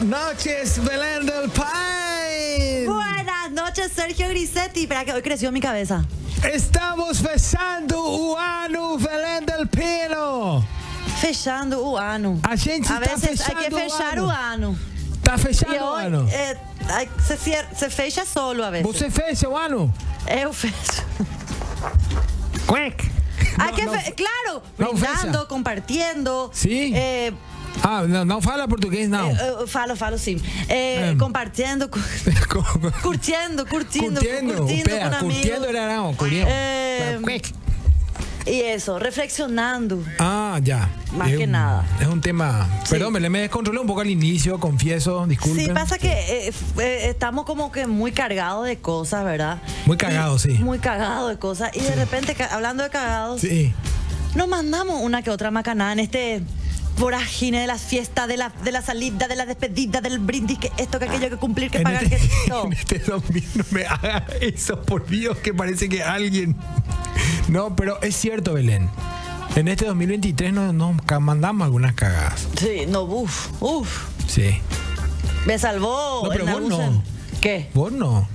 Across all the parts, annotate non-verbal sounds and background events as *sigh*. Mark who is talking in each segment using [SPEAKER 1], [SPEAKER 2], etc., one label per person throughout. [SPEAKER 1] noches, Belén del País.
[SPEAKER 2] Buenas noches, Sergio Grisetti. Para que hoy creció mi cabeza.
[SPEAKER 1] Estamos fechando o ano Belém del Pino.
[SPEAKER 2] Fechando o ano.
[SPEAKER 1] A gente tá
[SPEAKER 2] A veces hay que
[SPEAKER 1] Ah, fechando o
[SPEAKER 2] fechar
[SPEAKER 1] ano.
[SPEAKER 2] o ano.
[SPEAKER 1] Tá fechado
[SPEAKER 2] E
[SPEAKER 1] o
[SPEAKER 2] hoje
[SPEAKER 1] ano?
[SPEAKER 2] é, ai, se, cier- se fecha solo a veces.
[SPEAKER 1] Você fez seu ano? *laughs*
[SPEAKER 2] Eu fecho.
[SPEAKER 1] Quick.
[SPEAKER 2] Hay que fe- claro,
[SPEAKER 1] não
[SPEAKER 2] brindando,
[SPEAKER 1] fecha.
[SPEAKER 2] compartiendo.
[SPEAKER 1] Sim.
[SPEAKER 2] Eh,
[SPEAKER 1] Ah, não, não fala português, não. *laughs*
[SPEAKER 2] eh, falo, falo sim. Eh,
[SPEAKER 1] Hum.
[SPEAKER 2] Compartiendo, cu-
[SPEAKER 1] Como?
[SPEAKER 2] curtiendo, curtindo,
[SPEAKER 1] Curtiendo,
[SPEAKER 2] curtindo
[SPEAKER 1] pera,
[SPEAKER 2] con amigos.
[SPEAKER 1] curtiendo era não, curtindo.
[SPEAKER 2] Eh,
[SPEAKER 1] Quick.
[SPEAKER 2] Y eso, reflexionando.
[SPEAKER 1] Ah, ya.
[SPEAKER 2] Más que
[SPEAKER 1] un-
[SPEAKER 2] nada.
[SPEAKER 1] Es un tema. Perdón, me, me descontrolé un poco al inicio, confieso, disculpen.
[SPEAKER 2] Sí, pasa que eh, f- eh, estamos como que muy cargados de cosas, ¿verdad?
[SPEAKER 1] Muy cagados, sí.
[SPEAKER 2] Muy cagados de cosas. Y de repente, ca- hablando de cagados,
[SPEAKER 1] Sí.
[SPEAKER 2] nos mandamos una que otra macanada en este vorágine de las fiestas, de la, de la salida, de la despedida, del brindis, que esto, que aquello, que cumplir, que
[SPEAKER 1] En
[SPEAKER 2] pagar,
[SPEAKER 1] este,
[SPEAKER 2] que
[SPEAKER 1] *laughs*
[SPEAKER 2] todo.
[SPEAKER 1] en este 2000 no me haga eso, por Dios, que parece que alguien. No, pero es cierto, Belén. En este 2023 nos, nos ca- mandamos algunas cagadas.
[SPEAKER 2] Sí, no, uff, uff.
[SPEAKER 1] Sí.
[SPEAKER 2] Me salvó.
[SPEAKER 1] No, pero
[SPEAKER 2] en la
[SPEAKER 1] vos no.
[SPEAKER 2] Usen. ¿Qué?
[SPEAKER 1] ¿Vos no?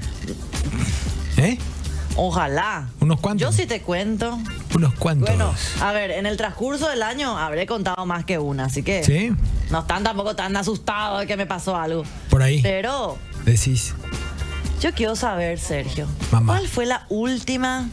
[SPEAKER 1] ¿Eh?
[SPEAKER 2] Ojalá.
[SPEAKER 1] ¿Unos cuantos?
[SPEAKER 2] Yo sí te cuento.
[SPEAKER 1] Unos cuantos.
[SPEAKER 2] Bueno, a ver, en el transcurso del año habré contado más que una, así que
[SPEAKER 1] Sí.
[SPEAKER 2] no están tampoco tan asustados de que me pasó algo.
[SPEAKER 1] Por ahí.
[SPEAKER 2] Pero
[SPEAKER 1] Decís.
[SPEAKER 2] yo quiero saber, Sergio,
[SPEAKER 1] Mamá.
[SPEAKER 2] ¿cuál fue la última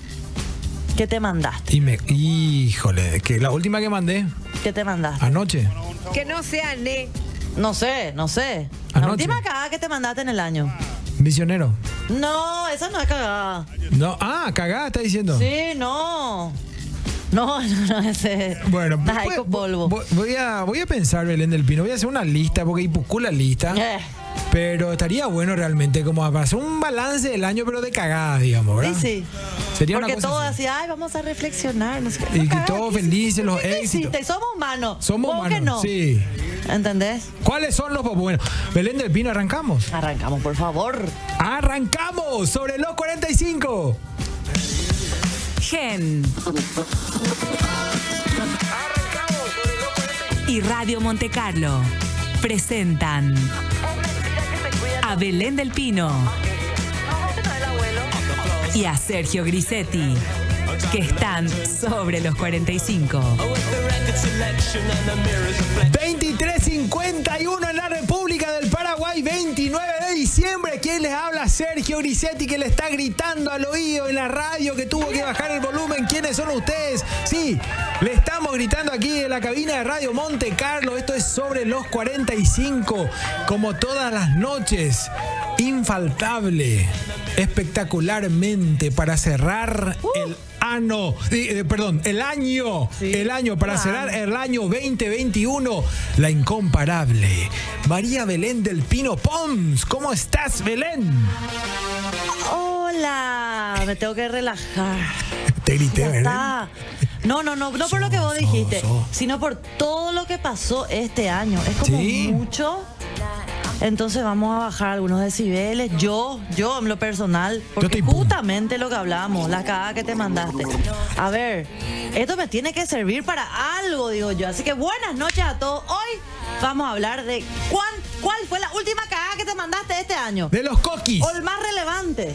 [SPEAKER 2] que te mandaste?
[SPEAKER 1] Y me. Híjole, que la última que mandé
[SPEAKER 2] ¿Qué te mandaste?
[SPEAKER 1] anoche.
[SPEAKER 3] Ah. Que no sea ne.
[SPEAKER 2] No sé, no sé. La
[SPEAKER 1] Anoche.
[SPEAKER 2] última cagada que te mandaste en el año.
[SPEAKER 1] Misionero.
[SPEAKER 2] No, esa no es cagada.
[SPEAKER 1] No, ah, cagada, está diciendo.
[SPEAKER 2] Sí, no. No, *laughs* no, no ese.
[SPEAKER 1] Bueno, pues,
[SPEAKER 2] Ay,
[SPEAKER 1] voy-
[SPEAKER 2] con polvo.
[SPEAKER 1] voy- voy a, voy a pensar, Belén del Pino, voy a hacer una lista, porque ahí buscó la lista.
[SPEAKER 2] Eh.
[SPEAKER 1] Pero estaría bueno realmente como para hacer un balance del año, pero de cagadas, digamos, ¿verdad?
[SPEAKER 2] Sí, sí.
[SPEAKER 1] Sería
[SPEAKER 2] Porque
[SPEAKER 1] una cosa
[SPEAKER 2] todo
[SPEAKER 1] así.
[SPEAKER 2] así, ay, vamos a reflexionar. No sé qué.
[SPEAKER 1] Y
[SPEAKER 2] No,
[SPEAKER 1] que
[SPEAKER 2] cagada,
[SPEAKER 1] todos
[SPEAKER 2] ¿qué
[SPEAKER 1] felices, los
[SPEAKER 2] ¿Qué
[SPEAKER 1] éxitos.
[SPEAKER 2] hiciste? Somos humanos.
[SPEAKER 1] Somos
[SPEAKER 2] ¿Vos
[SPEAKER 1] humanos.
[SPEAKER 2] que no?
[SPEAKER 1] Sí.
[SPEAKER 2] ¿Entendés?
[SPEAKER 1] ¿Cuáles son los popos? Bueno, Belén del Pino, arrancamos.
[SPEAKER 2] Arrancamos, por favor.
[SPEAKER 1] ¡Arrancamos! Sobre los 45.
[SPEAKER 3] Gen. Y Radio Monte Carlo presentan a Belén del Pino y a Sergio Grisetti, que están sobre los 45.
[SPEAKER 1] 23.51 en la República del Paraguay, 29 de diciembre. ¿Quién les habla? Sergio Grisetti, que le está gritando al oído en la radio que tuvo que bajar el volumen. ¿Quiénes son ustedes? Sí, le estamos gritando aquí en la cabina de Radio Monte Carlo. Esto es sobre los 45, como todas las noches. Infaltable, espectacularmente para cerrar el ano, eh, eh, perdón, el año, el año para cerrar el año 2021, la incomparable María Belén del Pino Pons. ¿Cómo estás, Belén?
[SPEAKER 2] Hola. Me tengo que relajar.
[SPEAKER 1] Te grité,
[SPEAKER 2] Ya
[SPEAKER 1] ¿verdad?
[SPEAKER 2] está. No, no, no, no por lo que vos
[SPEAKER 1] So, so,
[SPEAKER 2] dijiste,
[SPEAKER 1] so.
[SPEAKER 2] sino por todo lo que pasó este año. Es como
[SPEAKER 1] Sí.
[SPEAKER 2] mucho. Entonces vamos a bajar algunos decibeles. Yo, yo en lo personal, porque
[SPEAKER 1] estoy pum.
[SPEAKER 2] justamente lo que hablamos, la cagada que te mandaste. A ver, esto me tiene que servir para algo, digo yo. Así que buenas noches a todos. Hoy vamos a hablar de cuán, cuál fue la última cagada que te mandaste este año.
[SPEAKER 1] De los coquis.
[SPEAKER 2] O el más relevante.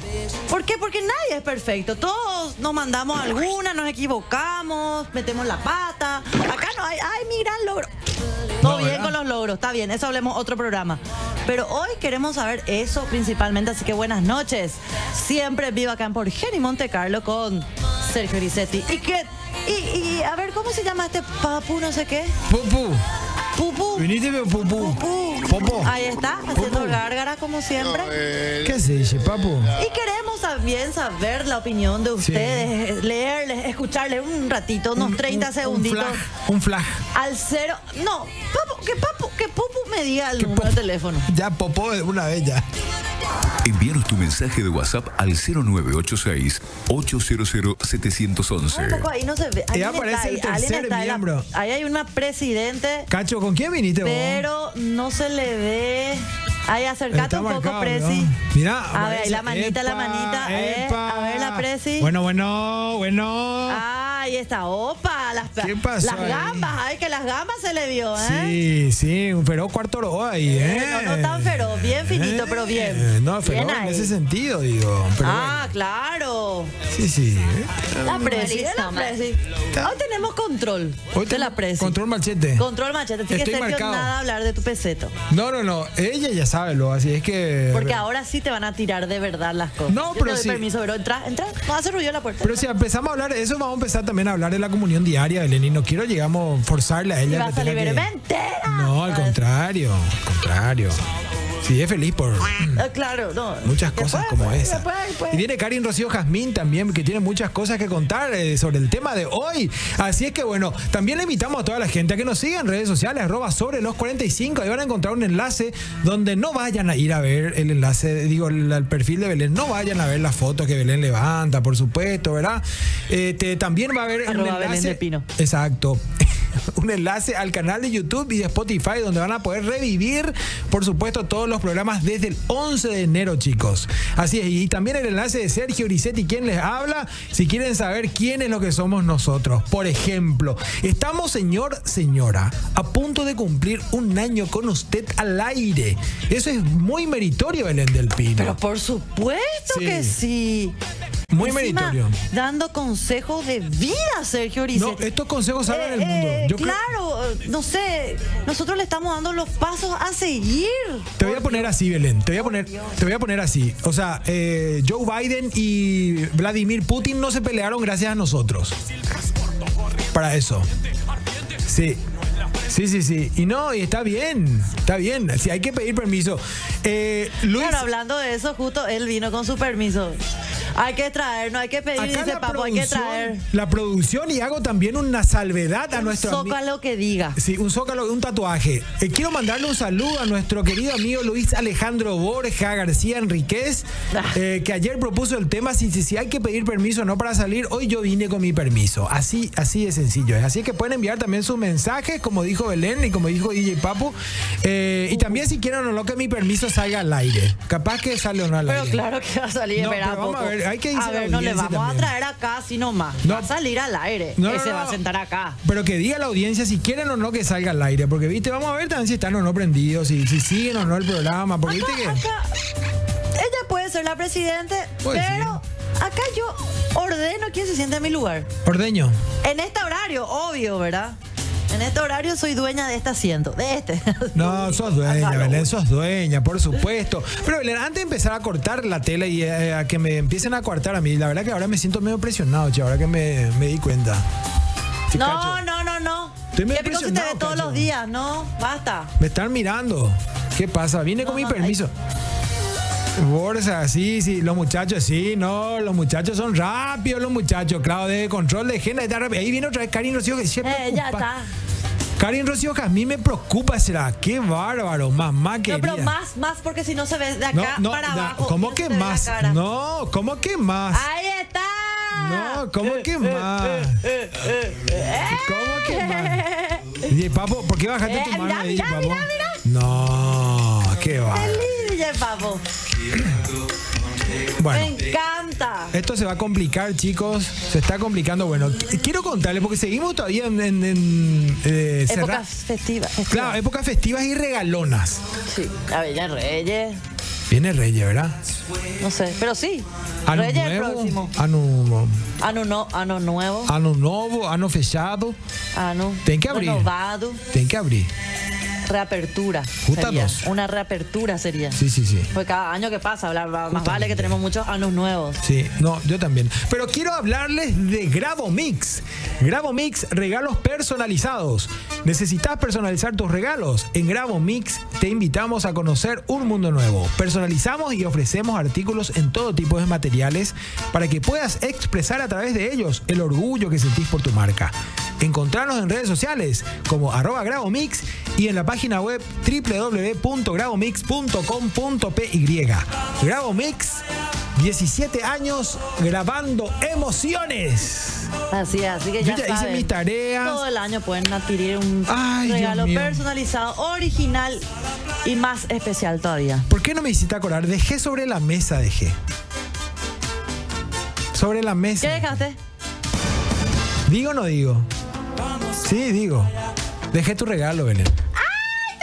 [SPEAKER 2] ¿Por qué? Porque nadie es perfecto. Todos nos mandamos alguna, nos equivocamos, metemos la pata. Acá no hay. ¡Ay, mi gran logro! Todo
[SPEAKER 1] No,
[SPEAKER 2] bien
[SPEAKER 1] ¿verdad?
[SPEAKER 2] con los logros, está bien, eso hablemos otro programa. Pero hoy queremos saber eso principalmente, así que buenas noches. Siempre vivo acá en Porgen y Monte Carlo con Sergio Grisetti. ¿Y qué? Y, y, a ver, ¿cómo se llama este papu no sé qué?
[SPEAKER 1] Pupú.
[SPEAKER 2] Pupú.
[SPEAKER 1] Viniste, pero pupú.
[SPEAKER 2] Pupú.
[SPEAKER 1] Popó.
[SPEAKER 2] Ahí está, haciendo gárgara como siempre.
[SPEAKER 1] ¿Qué se dice, papu?
[SPEAKER 2] Y queremos también saber la opinión de ustedes, leerles, escucharles un ratito, unos 30 segunditos.
[SPEAKER 1] Un flag. Un flag.
[SPEAKER 2] Al cero. No, papu, que papu, que pupu me diga el
[SPEAKER 1] Que
[SPEAKER 2] número de
[SPEAKER 1] Pupu.
[SPEAKER 2] teléfono.
[SPEAKER 1] Ya popó de una vez ya.
[SPEAKER 4] Envíanos tu mensaje de WhatsApp al 0986-800-711.
[SPEAKER 2] Ay, Paco, ahí no se ve.
[SPEAKER 1] Y
[SPEAKER 2] Alguien
[SPEAKER 1] aparece el
[SPEAKER 2] está ahí, alguien
[SPEAKER 1] tercer
[SPEAKER 2] está ahí, la-
[SPEAKER 1] miembro.
[SPEAKER 2] ahí hay una presidente,
[SPEAKER 1] Cacho, ¿con quién viniste vos?
[SPEAKER 2] pero no se le ve. Ahí acercate
[SPEAKER 1] Está
[SPEAKER 2] un poco,
[SPEAKER 1] marcado,
[SPEAKER 2] Presi.
[SPEAKER 1] ¿no? Mirá,
[SPEAKER 2] A ver, ahí la
[SPEAKER 1] parece-
[SPEAKER 2] manita, la
[SPEAKER 1] ¡Epa!
[SPEAKER 2] manita. A ver,
[SPEAKER 1] ¡Epa!
[SPEAKER 2] a ver, la Presi.
[SPEAKER 1] Bueno, bueno, bueno.
[SPEAKER 2] Ah, ahí está. Opa, las,
[SPEAKER 1] ¿Qué pasó
[SPEAKER 2] las
[SPEAKER 1] ahí?
[SPEAKER 2] gambas, ay, que las gambas se le vio, ¿eh?
[SPEAKER 1] Sí, sí, un feroz cuarto rojo ahí, ¿eh?
[SPEAKER 2] no, no tan feroz, bien finito, pero bien.
[SPEAKER 1] Eh, No,
[SPEAKER 2] Bien
[SPEAKER 1] feroz en
[SPEAKER 2] ahí.
[SPEAKER 1] ese sentido, digo. Pero
[SPEAKER 2] Ah, claro.
[SPEAKER 1] bueno, sí, sí. ¿eh?
[SPEAKER 2] La presi,
[SPEAKER 5] Marisa,
[SPEAKER 2] la presi. Hoy tenemos control
[SPEAKER 1] Hoy
[SPEAKER 2] de
[SPEAKER 1] tengo
[SPEAKER 2] la presi.
[SPEAKER 1] Control machete.
[SPEAKER 2] Control machete. Así que
[SPEAKER 1] Estoy
[SPEAKER 2] Sergio,
[SPEAKER 1] marcado.
[SPEAKER 2] nada hablar de tu peseto.
[SPEAKER 1] No, no, no. Ella ya sabe lo, así es que.
[SPEAKER 2] Porque ahora sí te van a tirar de verdad las cosas.
[SPEAKER 1] No,
[SPEAKER 2] Yo
[SPEAKER 1] pero
[SPEAKER 2] te doy
[SPEAKER 1] sí.
[SPEAKER 2] permiso, pero entra, entra. No hace ruido en la puerta.
[SPEAKER 1] Pero si empezamos a hablar, eso vamos a empezar también a hablar de la comunión diaria, Belén. Y no quiero, llegamos, a forzarle a
[SPEAKER 2] y
[SPEAKER 1] ella. que
[SPEAKER 2] vas a
[SPEAKER 1] tenga que-
[SPEAKER 2] liberar. ¡Mentira!
[SPEAKER 1] No, al
[SPEAKER 2] Ah,
[SPEAKER 1] contrario. Al contrario. Sí, es feliz por
[SPEAKER 2] eh, Claro, no.
[SPEAKER 1] muchas cosas
[SPEAKER 2] Después,
[SPEAKER 1] como
[SPEAKER 2] pues,
[SPEAKER 1] esa.
[SPEAKER 2] después, pues.
[SPEAKER 1] Y viene Karin Rocío Jazmín también, que tiene muchas cosas que contar eh, sobre el tema de hoy. Así es que bueno, también le invitamos a toda la gente a que nos siga en redes sociales, arroba sobre los 45. Ahí van a encontrar un enlace donde no vayan a ir a ver el enlace, digo, el, el perfil de Belén. No vayan a ver las fotos que Belén levanta, por supuesto, ¿verdad? Este, también va a haber un
[SPEAKER 2] Arroba
[SPEAKER 1] enlace.
[SPEAKER 2] Belén de Pino.
[SPEAKER 1] Exacto. *laughs* Un enlace al canal de YouTube y de Spotify donde van a poder revivir, por supuesto, todos los programas desde el 11 de enero, chicos. Así es, y también el enlace de Sergio Uricetti, quien les habla, si quieren saber quién es lo que somos nosotros. Por ejemplo, estamos, señor, señora, a punto de cumplir un año con usted al aire. Eso es muy meritorio, Belén del Pino.
[SPEAKER 2] Pero por supuesto
[SPEAKER 1] Sí.
[SPEAKER 2] que sí.
[SPEAKER 1] Muy
[SPEAKER 2] Encima,
[SPEAKER 1] meritorio.
[SPEAKER 2] Dando consejos de vida, Sergio
[SPEAKER 1] no,
[SPEAKER 2] Oricetti.
[SPEAKER 1] estos consejos salvan
[SPEAKER 2] Eh,
[SPEAKER 1] el mundo.
[SPEAKER 2] eh,
[SPEAKER 1] Yo creo-
[SPEAKER 2] claro, eh, no sé, nosotros le estamos dando los pasos a seguir.
[SPEAKER 1] Te voy a poner así, Belén. Te voy a poner, te voy a poner así. O sea, eh, Joe Biden y Vladimir Putin no se pelearon gracias a nosotros. Para eso. Sí. Sí, sí, sí. Y no, y está bien. Está bien. Sí, hay que pedir permiso. Eh, Luis.
[SPEAKER 2] Claro, hablando de eso, justo él vino con su permiso. Hay que traer, no hay que pedir,
[SPEAKER 1] Acá
[SPEAKER 2] dice
[SPEAKER 1] la
[SPEAKER 2] Papo, hay que
[SPEAKER 1] producción,
[SPEAKER 2] traer.
[SPEAKER 1] la producción y hago también una salvedad a nuestro ami-
[SPEAKER 2] Zócalo que diga.
[SPEAKER 1] Sí, un zócalo, un tatuaje. Eh, quiero mandarle un saludo a nuestro querido amigo Luis Alejandro Borja García Enríquez,
[SPEAKER 2] Ah.
[SPEAKER 1] eh, que ayer propuso el tema si, si, si hay que pedir permiso o no para salir. Hoy yo vine con mi permiso. Así, así de sencillo. es. Así que pueden enviar también sus mensajes, como dijo Belén y como dijo DJ Papu. Eh, y también si quieren o no que mi permiso salga al aire. Capaz que sale o no al
[SPEAKER 2] Pero
[SPEAKER 1] aire.
[SPEAKER 2] claro que va a salir,
[SPEAKER 1] No,
[SPEAKER 2] espera
[SPEAKER 1] pero vamos
[SPEAKER 2] poco.
[SPEAKER 1] a ver, hay que irse
[SPEAKER 2] A
[SPEAKER 1] a la
[SPEAKER 2] ver, no le
[SPEAKER 1] audiencia
[SPEAKER 2] vamos a
[SPEAKER 1] también.
[SPEAKER 2] traer acá, así nomás.
[SPEAKER 1] No.
[SPEAKER 2] Va a salir al aire.
[SPEAKER 1] No,
[SPEAKER 2] y
[SPEAKER 1] no,
[SPEAKER 2] se va
[SPEAKER 1] no.
[SPEAKER 2] a sentar acá.
[SPEAKER 1] Pero que diga la audiencia si quieren o no que salga al aire. Porque, viste, vamos a ver también si están o no prendidos, si, si siguen o no el programa. Porque,
[SPEAKER 2] Acá,
[SPEAKER 1] viste que.
[SPEAKER 2] acá, ella puede ser la presidente,
[SPEAKER 1] Puede ser.
[SPEAKER 2] pero acá yo ordeno quién se sienta en mi lugar.
[SPEAKER 1] Ordeño.
[SPEAKER 2] En este horario, obvio, ¿verdad? En este horario soy dueña de este asiento, de este.
[SPEAKER 1] *laughs* No, sos dueña, Belén, sos dueña, por supuesto. Pero Belén, antes de empezar a cortar la tela y eh, a que me empiecen a cortar a mí, la verdad que ahora me siento medio presionado, che, ahora que me, me di cuenta. Che,
[SPEAKER 2] No,
[SPEAKER 1] Cacho,
[SPEAKER 2] no, no, no.
[SPEAKER 1] Estoy medio
[SPEAKER 2] Qué pico se te
[SPEAKER 1] impresionado,
[SPEAKER 2] ve todos
[SPEAKER 1] Cacho.
[SPEAKER 2] los días, no, basta.
[SPEAKER 1] Me están mirando. ¿Qué pasa? Vine con
[SPEAKER 2] No,
[SPEAKER 1] mi
[SPEAKER 2] no,
[SPEAKER 1] permiso. Borsa, sí, sí, los muchachos, sí, no, los muchachos son rápidos, los muchachos, claro, de control de agenda, está rápido. Ahí viene otra vez Karin Rocío, que siempre
[SPEAKER 2] Eh, ya está.
[SPEAKER 1] Karin Rocío, que a mí me preocupa, será, qué bárbaro, mamá que
[SPEAKER 2] No, pero más, más, porque si no se ve de acá para
[SPEAKER 1] da-
[SPEAKER 2] abajo.
[SPEAKER 1] ¿Cómo
[SPEAKER 2] no
[SPEAKER 1] que
[SPEAKER 2] se ve la
[SPEAKER 1] más?
[SPEAKER 2] cara. Ah.
[SPEAKER 1] No, ¿cómo que más?
[SPEAKER 2] Ahí está.
[SPEAKER 1] No, ¿cómo que más? ¿Cómo que más? DJ Papo, ¿por qué bajaste
[SPEAKER 2] Eh,
[SPEAKER 1] tu mano
[SPEAKER 2] mira,
[SPEAKER 1] ahí,
[SPEAKER 2] mira,
[SPEAKER 1] Papo?
[SPEAKER 2] mira, mira. Eh,
[SPEAKER 1] No, qué va.
[SPEAKER 2] Lidia, papo.
[SPEAKER 1] Bueno.
[SPEAKER 2] Me encanta.
[SPEAKER 1] Esto se va a complicar, chicos. Se está complicando. Bueno, qu- quiero contarles, porque seguimos todavía en, en- en, eh, cerra-
[SPEAKER 2] Épocas festivas. festivas.
[SPEAKER 1] Claro, eh. épocas festivas y regalonas.
[SPEAKER 2] Sí. A ver, ya Reyes.
[SPEAKER 1] Viene Reyes, ¿verdad?
[SPEAKER 2] No sé, pero sí.
[SPEAKER 1] Ano
[SPEAKER 2] Reyes el
[SPEAKER 1] nuevo,
[SPEAKER 2] próximo.
[SPEAKER 1] ano,
[SPEAKER 2] Ano, no, ano nuevo.
[SPEAKER 1] ano novo, ano fechado.
[SPEAKER 2] Ano.
[SPEAKER 1] Tem Ah, que abrir.
[SPEAKER 2] Renovado.
[SPEAKER 1] Tienen que abrir.
[SPEAKER 2] Reapertura.
[SPEAKER 1] Justa
[SPEAKER 2] sería.
[SPEAKER 1] dos.
[SPEAKER 2] Una reapertura sería.
[SPEAKER 1] Sí, sí, sí.
[SPEAKER 2] Pues cada año que pasa, bla, bla, más vale
[SPEAKER 1] Justamente.
[SPEAKER 2] que tenemos muchos años nuevos.
[SPEAKER 1] Sí, no, yo también. Pero quiero hablarles de Grabo Mix. Grabo Mix, regalos personalizados. ¿Necesitas personalizar tus regalos? En Grabo Mix te invitamos a conocer un mundo nuevo. Personalizamos y ofrecemos artículos en todo tipo de materiales para que puedas expresar a través de ellos el orgullo que sentís por tu marca. Encontrarnos en redes sociales como arroba grabomix y en la página web www.grabomix.com.py. Grabomix, 17 años grabando emociones.
[SPEAKER 2] Así es, así que
[SPEAKER 1] Yo
[SPEAKER 2] ya,
[SPEAKER 1] ya hice
[SPEAKER 2] saben,
[SPEAKER 1] mis tareas.
[SPEAKER 2] Todo el año pueden adquirir un
[SPEAKER 1] Ay, Dios
[SPEAKER 2] regalo
[SPEAKER 1] mío.
[SPEAKER 2] personalizado, original y más especial todavía.
[SPEAKER 1] ¿Por qué no me hiciste acordar? Dejé sobre la mesa, dejé. Sobre la mesa.
[SPEAKER 2] ¿Qué dejaste?
[SPEAKER 1] ¿Digo o no digo? Sí, digo. Dejé tu regalo, Belén.
[SPEAKER 2] ¡Ay,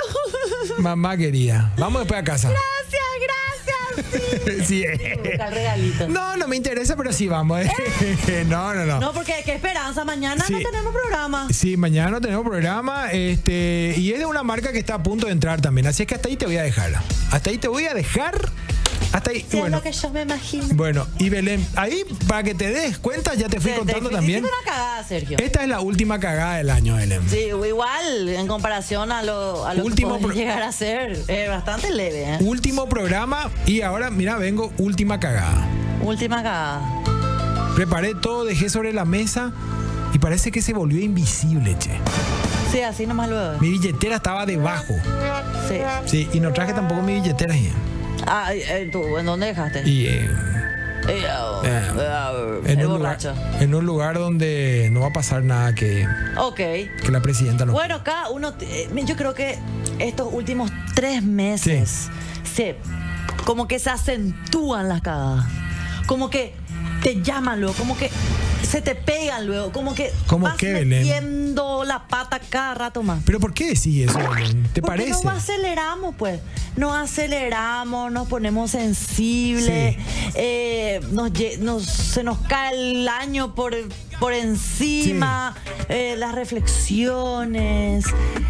[SPEAKER 2] tengo regalo! *laughs*
[SPEAKER 1] Mamá quería. Vamos después a casa.
[SPEAKER 2] gracias,
[SPEAKER 1] *laughs*
[SPEAKER 2] gracias.
[SPEAKER 1] Sí.
[SPEAKER 2] Busca el regalito.
[SPEAKER 1] No, no me interesa, pero sí vamos. *laughs* No, no, no.
[SPEAKER 2] Eh. No, porque qué esperanza, mañana no
[SPEAKER 1] Sí.
[SPEAKER 2] tenemos programa.
[SPEAKER 1] Sí, mañana no tenemos programa. Este, y es de una marca que está a punto de entrar también. Así es que hasta ahí te voy a dejar. Hasta ahí te voy a dejar. Hasta ahí.
[SPEAKER 2] Si es
[SPEAKER 1] bueno.
[SPEAKER 2] lo que yo me imagino.
[SPEAKER 1] Bueno, y Belén, ahí para que te des cuenta, ya te fui
[SPEAKER 2] Te- te-
[SPEAKER 1] contando
[SPEAKER 2] te
[SPEAKER 1] también.
[SPEAKER 2] hiciste una cagada, Sergio.
[SPEAKER 1] Esta es la última cagada del año, Belén.
[SPEAKER 2] Sí, igual, en comparación a lo, a lo
[SPEAKER 1] Último
[SPEAKER 2] que podés
[SPEAKER 1] pro-
[SPEAKER 2] llegar a ser, es bastante leve. ¿eh?
[SPEAKER 1] Último programa y ahora, mira, vengo, última cagada.
[SPEAKER 2] Última cagada.
[SPEAKER 1] Preparé todo, dejé sobre la mesa y parece que se volvió invisible, che.
[SPEAKER 2] Sí, así nomás luego.
[SPEAKER 1] Mi billetera estaba debajo.
[SPEAKER 2] Sí.
[SPEAKER 1] Sí, y no traje tampoco mi billetera. Y,
[SPEAKER 2] Ah, eh, tú, ¿en dónde dejaste?
[SPEAKER 1] y, eh,
[SPEAKER 2] Eh, ah,
[SPEAKER 1] Eh,
[SPEAKER 2] ah,
[SPEAKER 1] en,
[SPEAKER 2] el
[SPEAKER 1] un lugar,
[SPEAKER 2] borracho.
[SPEAKER 1] en un lugar donde no va a pasar nada que,
[SPEAKER 2] Ok.
[SPEAKER 1] que la presidenta no.
[SPEAKER 2] Bueno, cada uno, eh, yo creo que estos últimos tres meses se, como que se acentúan las cagadas, como que te llaman luego, como que se te pegan luego, como que
[SPEAKER 1] ¿Cómo
[SPEAKER 2] vas
[SPEAKER 1] qué, Belén?
[SPEAKER 2] metiendo la pata cada rato más.
[SPEAKER 1] Pero ¿por qué decís eso, Belén? ¿Te
[SPEAKER 2] Porque
[SPEAKER 1] parece?
[SPEAKER 2] nos aceleramos, pues. Nos aceleramos, nos ponemos sensibles, eh, nos, lle- nos- se nos cae el año por, por encima, eh, las reflexiones,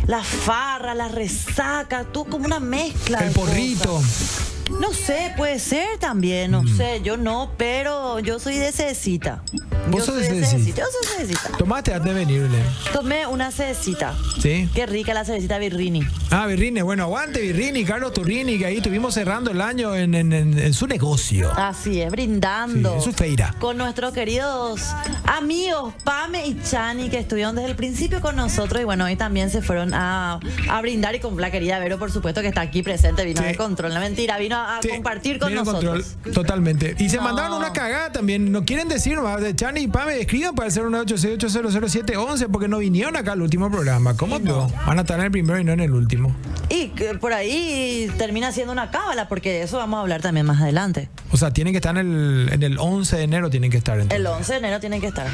[SPEAKER 2] las farras, las resacas, tú como una mezcla.
[SPEAKER 1] El
[SPEAKER 2] de
[SPEAKER 1] porrito. Mm.
[SPEAKER 2] cosas. No sé, puede ser también, no sé, yo no, pero yo soy de cecita.
[SPEAKER 1] Vos
[SPEAKER 2] yo
[SPEAKER 1] sos
[SPEAKER 2] soy
[SPEAKER 1] de
[SPEAKER 2] de
[SPEAKER 1] cecita.
[SPEAKER 2] cecita. Yo soy de cecita.
[SPEAKER 1] Tomaste antes de venir, Belén.
[SPEAKER 2] Tomé una cecita.
[SPEAKER 1] Sí.
[SPEAKER 2] Qué rica la cecita Birrini.
[SPEAKER 1] Ah, Birrini, bueno, aguante Birrini, Carlos Turrini, que ahí estuvimos cerrando el año en, en- en- en su negocio.
[SPEAKER 2] Así es,
[SPEAKER 1] Sí,
[SPEAKER 2] brindando.
[SPEAKER 1] en su feira.
[SPEAKER 2] Con nuestros queridos amigos Pame y Chani, que estuvieron desde el principio con nosotros. Y bueno, hoy también se fueron a, a brindar. Y con la querida Vero, por supuesto, que está aquí presente. Vino
[SPEAKER 1] Sí.
[SPEAKER 2] de control, la mentira. Vino a
[SPEAKER 1] Sí,
[SPEAKER 2] compartir con
[SPEAKER 1] pleno
[SPEAKER 2] nosotros.
[SPEAKER 1] control, totalmente. Y se
[SPEAKER 2] No.
[SPEAKER 1] mandaron una cagada también. No quieren decir más de Chani y Pame. Escriban para el 01868000711 porque no vinieron acá al último programa. ¿Cómo no? Van a estar en el primero y no en el último.
[SPEAKER 2] Y que por ahí termina siendo una cábala, porque de eso vamos a hablar también más adelante.
[SPEAKER 1] O sea, tienen que estar en el, en el 11 de enero. Tienen que estar.
[SPEAKER 2] El
[SPEAKER 1] entonces.
[SPEAKER 2] 11 de enero tienen que estar.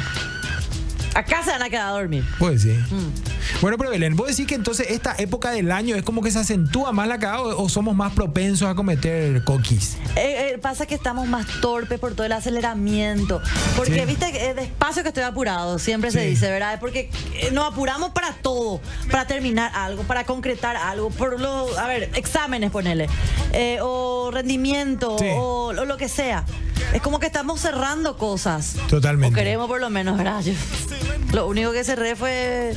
[SPEAKER 2] Acá se van a quedar a dormir.
[SPEAKER 1] Pues sí.
[SPEAKER 2] Mm.
[SPEAKER 1] Bueno, pero Belén, ¿vos decís que entonces esta época del año es como que se acentúa más la cagada o, o somos más propensos a cometer coquis?
[SPEAKER 2] Eh, eh, pasa que estamos más torpes por todo el aceleramiento. Porque,
[SPEAKER 1] Sí.
[SPEAKER 2] viste, que, eh, despacio que estoy apurado, siempre se
[SPEAKER 1] Sí.
[SPEAKER 2] dice, ¿verdad? Es porque eh, nos apuramos para todo, para terminar algo, para concretar algo, por lo, a ver, exámenes, ponele, eh, o rendimiento,
[SPEAKER 1] Sí.
[SPEAKER 2] o, o lo que sea. Es como que estamos cerrando cosas.
[SPEAKER 1] Totalmente.
[SPEAKER 2] O queremos por lo menos, ¿verdad? Yo- lo único que cerré fue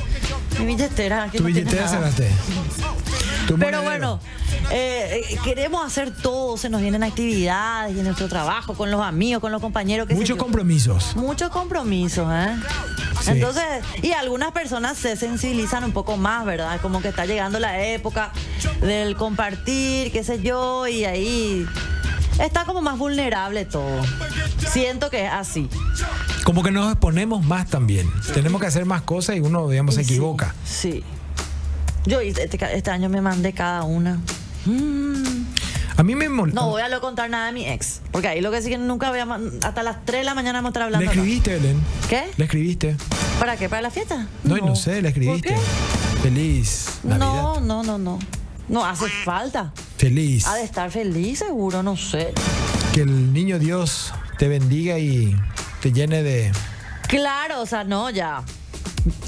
[SPEAKER 2] mi billetera. que
[SPEAKER 1] Tu
[SPEAKER 2] no tiene
[SPEAKER 1] billetera
[SPEAKER 2] nada.
[SPEAKER 1] cerraste. Tu monedero.
[SPEAKER 2] Pero bueno, eh, eh, queremos hacer todo, se nos vienen actividades y en nuestro trabajo, con los amigos, con los compañeros. qué sé
[SPEAKER 1] Muchos
[SPEAKER 2] yo.
[SPEAKER 1] compromisos.
[SPEAKER 2] Muchos compromisos, ¿eh?
[SPEAKER 1] Sí.
[SPEAKER 2] Entonces, y algunas personas se sensibilizan un poco más, ¿verdad? Como que está llegando la época del compartir, qué sé yo, y ahí está como más vulnerable todo. Siento que es así.
[SPEAKER 1] Como que nos exponemos más también. Tenemos que hacer más cosas y uno, digamos, se
[SPEAKER 2] Sí,
[SPEAKER 1] equivoca.
[SPEAKER 2] Sí. Yo este, este año me mandé cada una. Mm.
[SPEAKER 1] A mí me molesta.
[SPEAKER 2] No voy a lo contar nada de mi ex. Porque ahí lo que sí que nunca voy a. man- Hasta las 3 de la mañana vamos a estar
[SPEAKER 1] ¿Le
[SPEAKER 2] hablando. acá.
[SPEAKER 1] escribiste, Belén?
[SPEAKER 2] ¿Qué?
[SPEAKER 1] ¿Le escribiste?
[SPEAKER 2] ¿Para qué? ¿Para la fiesta?
[SPEAKER 1] No, y no sé, ¿le escribiste?
[SPEAKER 2] ¿Por
[SPEAKER 1] Feliz
[SPEAKER 2] qué?
[SPEAKER 1] Navidad.
[SPEAKER 2] No, no, no, no. No hace falta.
[SPEAKER 1] Feliz.
[SPEAKER 2] Ha de estar feliz, seguro, no sé.
[SPEAKER 1] Que el niño Dios te bendiga y te llene de.
[SPEAKER 2] Claro, o sea, no, ya.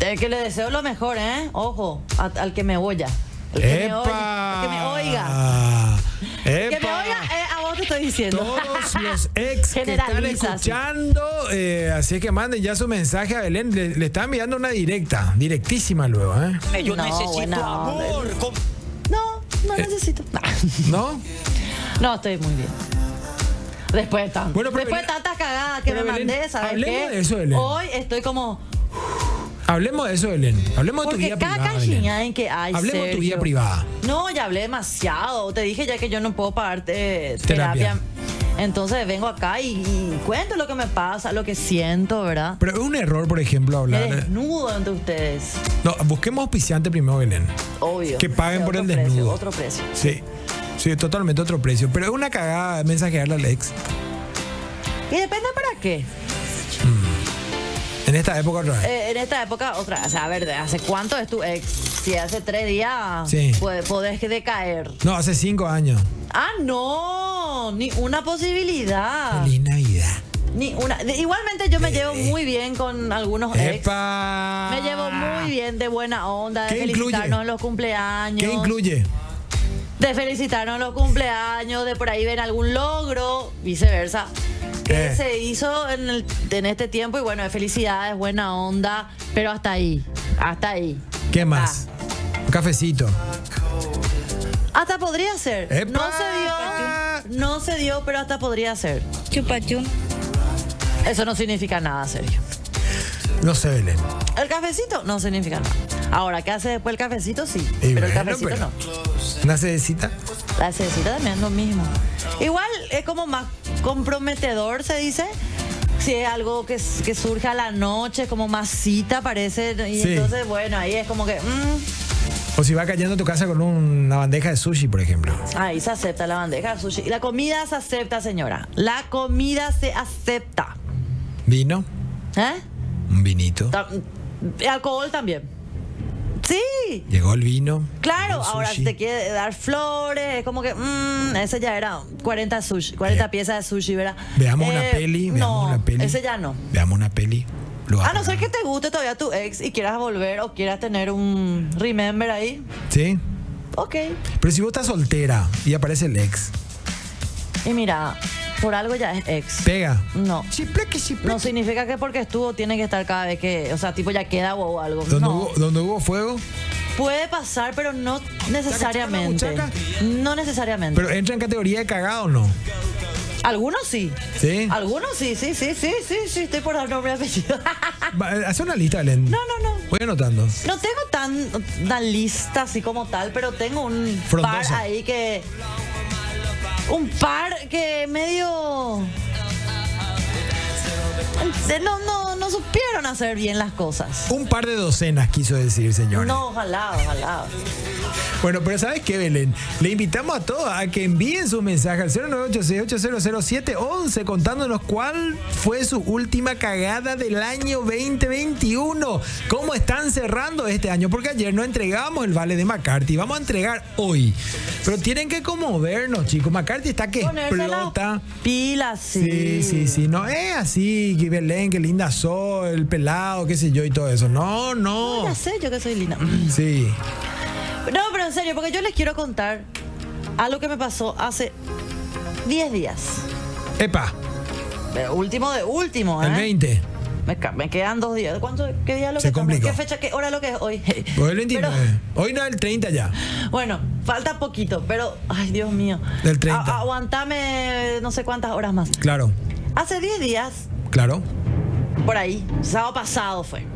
[SPEAKER 2] Eh, que le deseo lo mejor, ¿eh? Ojo, a- al que me oya. El que, me oiga, el que me oiga.
[SPEAKER 1] ¡Epa!
[SPEAKER 2] El que me oiga, eh, a vos te estoy diciendo.
[SPEAKER 1] Todos los ex que están
[SPEAKER 2] Generaliza, sí.
[SPEAKER 1] escuchando, eh, así que manden ya su mensaje a Belén. Le, le están mirando una directa, directísima luego, ¿eh?
[SPEAKER 2] *laughs*
[SPEAKER 5] Yo
[SPEAKER 2] No,
[SPEAKER 5] necesito
[SPEAKER 2] buena onda.
[SPEAKER 5] amor. Com-
[SPEAKER 2] No, no
[SPEAKER 1] Eh.
[SPEAKER 2] necesito. *laughs*
[SPEAKER 1] ¿No?
[SPEAKER 2] No, estoy muy bien. Después de tanto.
[SPEAKER 1] Bueno, pero
[SPEAKER 2] Después de
[SPEAKER 1] Belén-
[SPEAKER 2] tantas cagadas que me
[SPEAKER 1] pero Belén,
[SPEAKER 2] mandé, ¿sabes
[SPEAKER 1] hablemos
[SPEAKER 2] qué?
[SPEAKER 1] de eso, Belén.
[SPEAKER 2] Hoy estoy como.
[SPEAKER 1] Hablemos de eso, Belén. Hablemos de tu
[SPEAKER 2] Porque
[SPEAKER 1] vida
[SPEAKER 2] cada
[SPEAKER 1] privada. Belén.
[SPEAKER 2] cajilla en que hay.
[SPEAKER 1] Hablemos de tu vida
[SPEAKER 2] Sergio.
[SPEAKER 1] privada.
[SPEAKER 2] No, ya hablé demasiado. Te dije ya que yo no puedo pagarte eh,
[SPEAKER 1] Terapia.
[SPEAKER 2] terapia. Entonces vengo acá y, y cuento lo que me pasa, lo que siento, ¿verdad?
[SPEAKER 1] Pero es un error, por ejemplo,
[SPEAKER 2] Me
[SPEAKER 1] hablar.
[SPEAKER 2] desnudo ante ustedes.
[SPEAKER 1] No, busquemos auspiciante primero, Belén.
[SPEAKER 2] Obvio.
[SPEAKER 1] Que paguen
[SPEAKER 2] De
[SPEAKER 1] por
[SPEAKER 2] otro
[SPEAKER 1] el
[SPEAKER 2] precio,
[SPEAKER 1] desnudo.
[SPEAKER 2] Otro precio.
[SPEAKER 1] Sí. Sí, totalmente otro precio. Pero es una cagada mensajearle al ex.
[SPEAKER 2] Y depende para qué.
[SPEAKER 1] En esta época otra vez.
[SPEAKER 2] Eh, en esta época, otra, o sea, a ver, ¿de ¿hace cuánto es tu ex? Si hace tres días,
[SPEAKER 1] Sí.
[SPEAKER 2] pues, podés decaer.
[SPEAKER 1] No, hace cinco años.
[SPEAKER 2] Ah, no, ni una posibilidad.
[SPEAKER 1] Feliz Navidad.
[SPEAKER 2] Ni una. de- igualmente yo me llevo muy bien con algunos ex.
[SPEAKER 1] ¡Epa!
[SPEAKER 2] Me llevo muy bien de buena onda, de
[SPEAKER 1] ¿Qué incluye?
[SPEAKER 2] felicitarnos en los cumpleaños.
[SPEAKER 1] ¿Qué incluye?
[SPEAKER 2] De felicitarnos en los cumpleaños, de por ahí ven algún logro, viceversa. Que
[SPEAKER 1] Eh.
[SPEAKER 2] se hizo en, el- en este tiempo y bueno, de felicidades, buena onda, pero hasta ahí, hasta ahí.
[SPEAKER 1] ¿Qué más? Un cafecito.
[SPEAKER 2] Ah, hasta podría ser.
[SPEAKER 1] ¡Epa!
[SPEAKER 2] No se dio, no se dio, pero hasta podría ser.
[SPEAKER 5] Chupachum.
[SPEAKER 2] Eso no significa nada, Sergio.
[SPEAKER 1] No sé, Belén.
[SPEAKER 2] El cafecito no significa nada. Ahora, ¿qué hace después el cafecito? Sí,
[SPEAKER 1] Y
[SPEAKER 2] pero el
[SPEAKER 1] bueno,
[SPEAKER 2] cafecito
[SPEAKER 1] pero-
[SPEAKER 2] no.
[SPEAKER 1] ¿Una cita?
[SPEAKER 2] La cecita también es lo mismo. Igual es como más comprometedor, se dice. Si es algo que, s- que surge a la noche, es como más cita parece. Y
[SPEAKER 1] Sí.
[SPEAKER 2] entonces, bueno, ahí es como que. mm,
[SPEAKER 1] O si va cayendo a tu casa con una bandeja de sushi, por ejemplo.
[SPEAKER 2] ahí se acepta la bandeja, el sushi. Y la comida se acepta, señora. La comida se acepta.
[SPEAKER 1] Vino,
[SPEAKER 2] ¿Eh?
[SPEAKER 1] un vinito.
[SPEAKER 2] Ta- mm, alcohol también. Sí.
[SPEAKER 1] Llegó el vino.
[SPEAKER 2] Claro,
[SPEAKER 1] llegó el
[SPEAKER 2] ahora si
[SPEAKER 1] sushi.
[SPEAKER 2] te quiere dar flores, es como que, mmm, ese ya era 40 sushi, 40
[SPEAKER 1] Bien.
[SPEAKER 2] piezas de sushi, ¿verdad?
[SPEAKER 1] Eh. Veamos una
[SPEAKER 2] Eh,
[SPEAKER 1] peli, veamos
[SPEAKER 2] no,
[SPEAKER 1] una peli.
[SPEAKER 2] Ese ya no.
[SPEAKER 1] Veamos una peli. Lo
[SPEAKER 2] A
[SPEAKER 1] hago.
[SPEAKER 2] no ser que te guste todavía tu ex y quieras volver o quieras tener un remember ahí,
[SPEAKER 1] Sí.
[SPEAKER 2] ok.
[SPEAKER 1] Pero si vos estás soltera y aparece el ex,
[SPEAKER 2] Y mira, por algo ya es ex.
[SPEAKER 1] pega.
[SPEAKER 2] No.
[SPEAKER 1] Chiple que chiple.
[SPEAKER 2] No significa que porque estuvo tiene que estar cada vez que, o sea, tipo ya queda o algo.
[SPEAKER 1] Donde,
[SPEAKER 2] No.
[SPEAKER 1] hubo, donde hubo fuego,
[SPEAKER 2] Puede pasar, pero no necesariamente.
[SPEAKER 1] chaca,
[SPEAKER 2] No necesariamente.
[SPEAKER 1] pero entra en categoría de cagado o no.
[SPEAKER 2] Algunos sí.
[SPEAKER 1] ¿Sí?
[SPEAKER 2] Algunos sí, sí, sí, sí, sí, sí, estoy por dar nombre y apellido. *laughs*
[SPEAKER 1] Va, eh, Hace una lista, Belén.
[SPEAKER 2] No, no, no.
[SPEAKER 1] Voy anotando.
[SPEAKER 2] No tengo tan una lista así como tal, pero tengo un par
[SPEAKER 1] Frondosa.
[SPEAKER 2] ahí que. Un par que medio. eh, No, no, no supieron hacer bien las cosas.
[SPEAKER 1] Un par de docenas quiso decir, señor.
[SPEAKER 2] No, ojalá, ojalá.
[SPEAKER 1] Bueno, pero ¿sabes qué, Belén? Le invitamos a todos a que envíen su mensaje al 0986800711 contándonos cuál fue su última cagada del año 2021. ¿Cómo están cerrando este año? Porque ayer no entregamos el vale de McCarthy. Vamos a entregar hoy. Pero tienen que conmovernos, chicos. McCarthy está que
[SPEAKER 2] Ponerse las
[SPEAKER 1] explota.
[SPEAKER 2] pilas, sí.
[SPEAKER 1] Sí, sí, sí. No es así, que Belén, qué linda sos, el pelado, qué sé yo y todo eso. No, no.
[SPEAKER 2] Ya sé yo que soy linda.
[SPEAKER 1] Sí.
[SPEAKER 2] No, pero en serio, porque yo les quiero contar algo que me pasó hace 10 días.
[SPEAKER 1] Epa,
[SPEAKER 2] Pero último de último, ¿eh?
[SPEAKER 1] el 20.
[SPEAKER 2] Me, ca- me quedan dos días. ¿Cuánto, ¿Qué día es lo
[SPEAKER 1] Se
[SPEAKER 2] que estamos?
[SPEAKER 1] complicó.
[SPEAKER 2] ¿Qué fecha, qué hora es lo que es hoy?
[SPEAKER 1] Hoy el
[SPEAKER 2] Pero,
[SPEAKER 1] 29. Pues Hoy no, el 30 ya.
[SPEAKER 2] bueno, falta poquito, pero, ay, Dios mío.
[SPEAKER 1] Del 30.
[SPEAKER 2] A- aguantame no sé cuántas horas más.
[SPEAKER 1] Claro,
[SPEAKER 2] Hace 10 días,
[SPEAKER 1] claro.
[SPEAKER 2] por ahí, sábado pasado fue,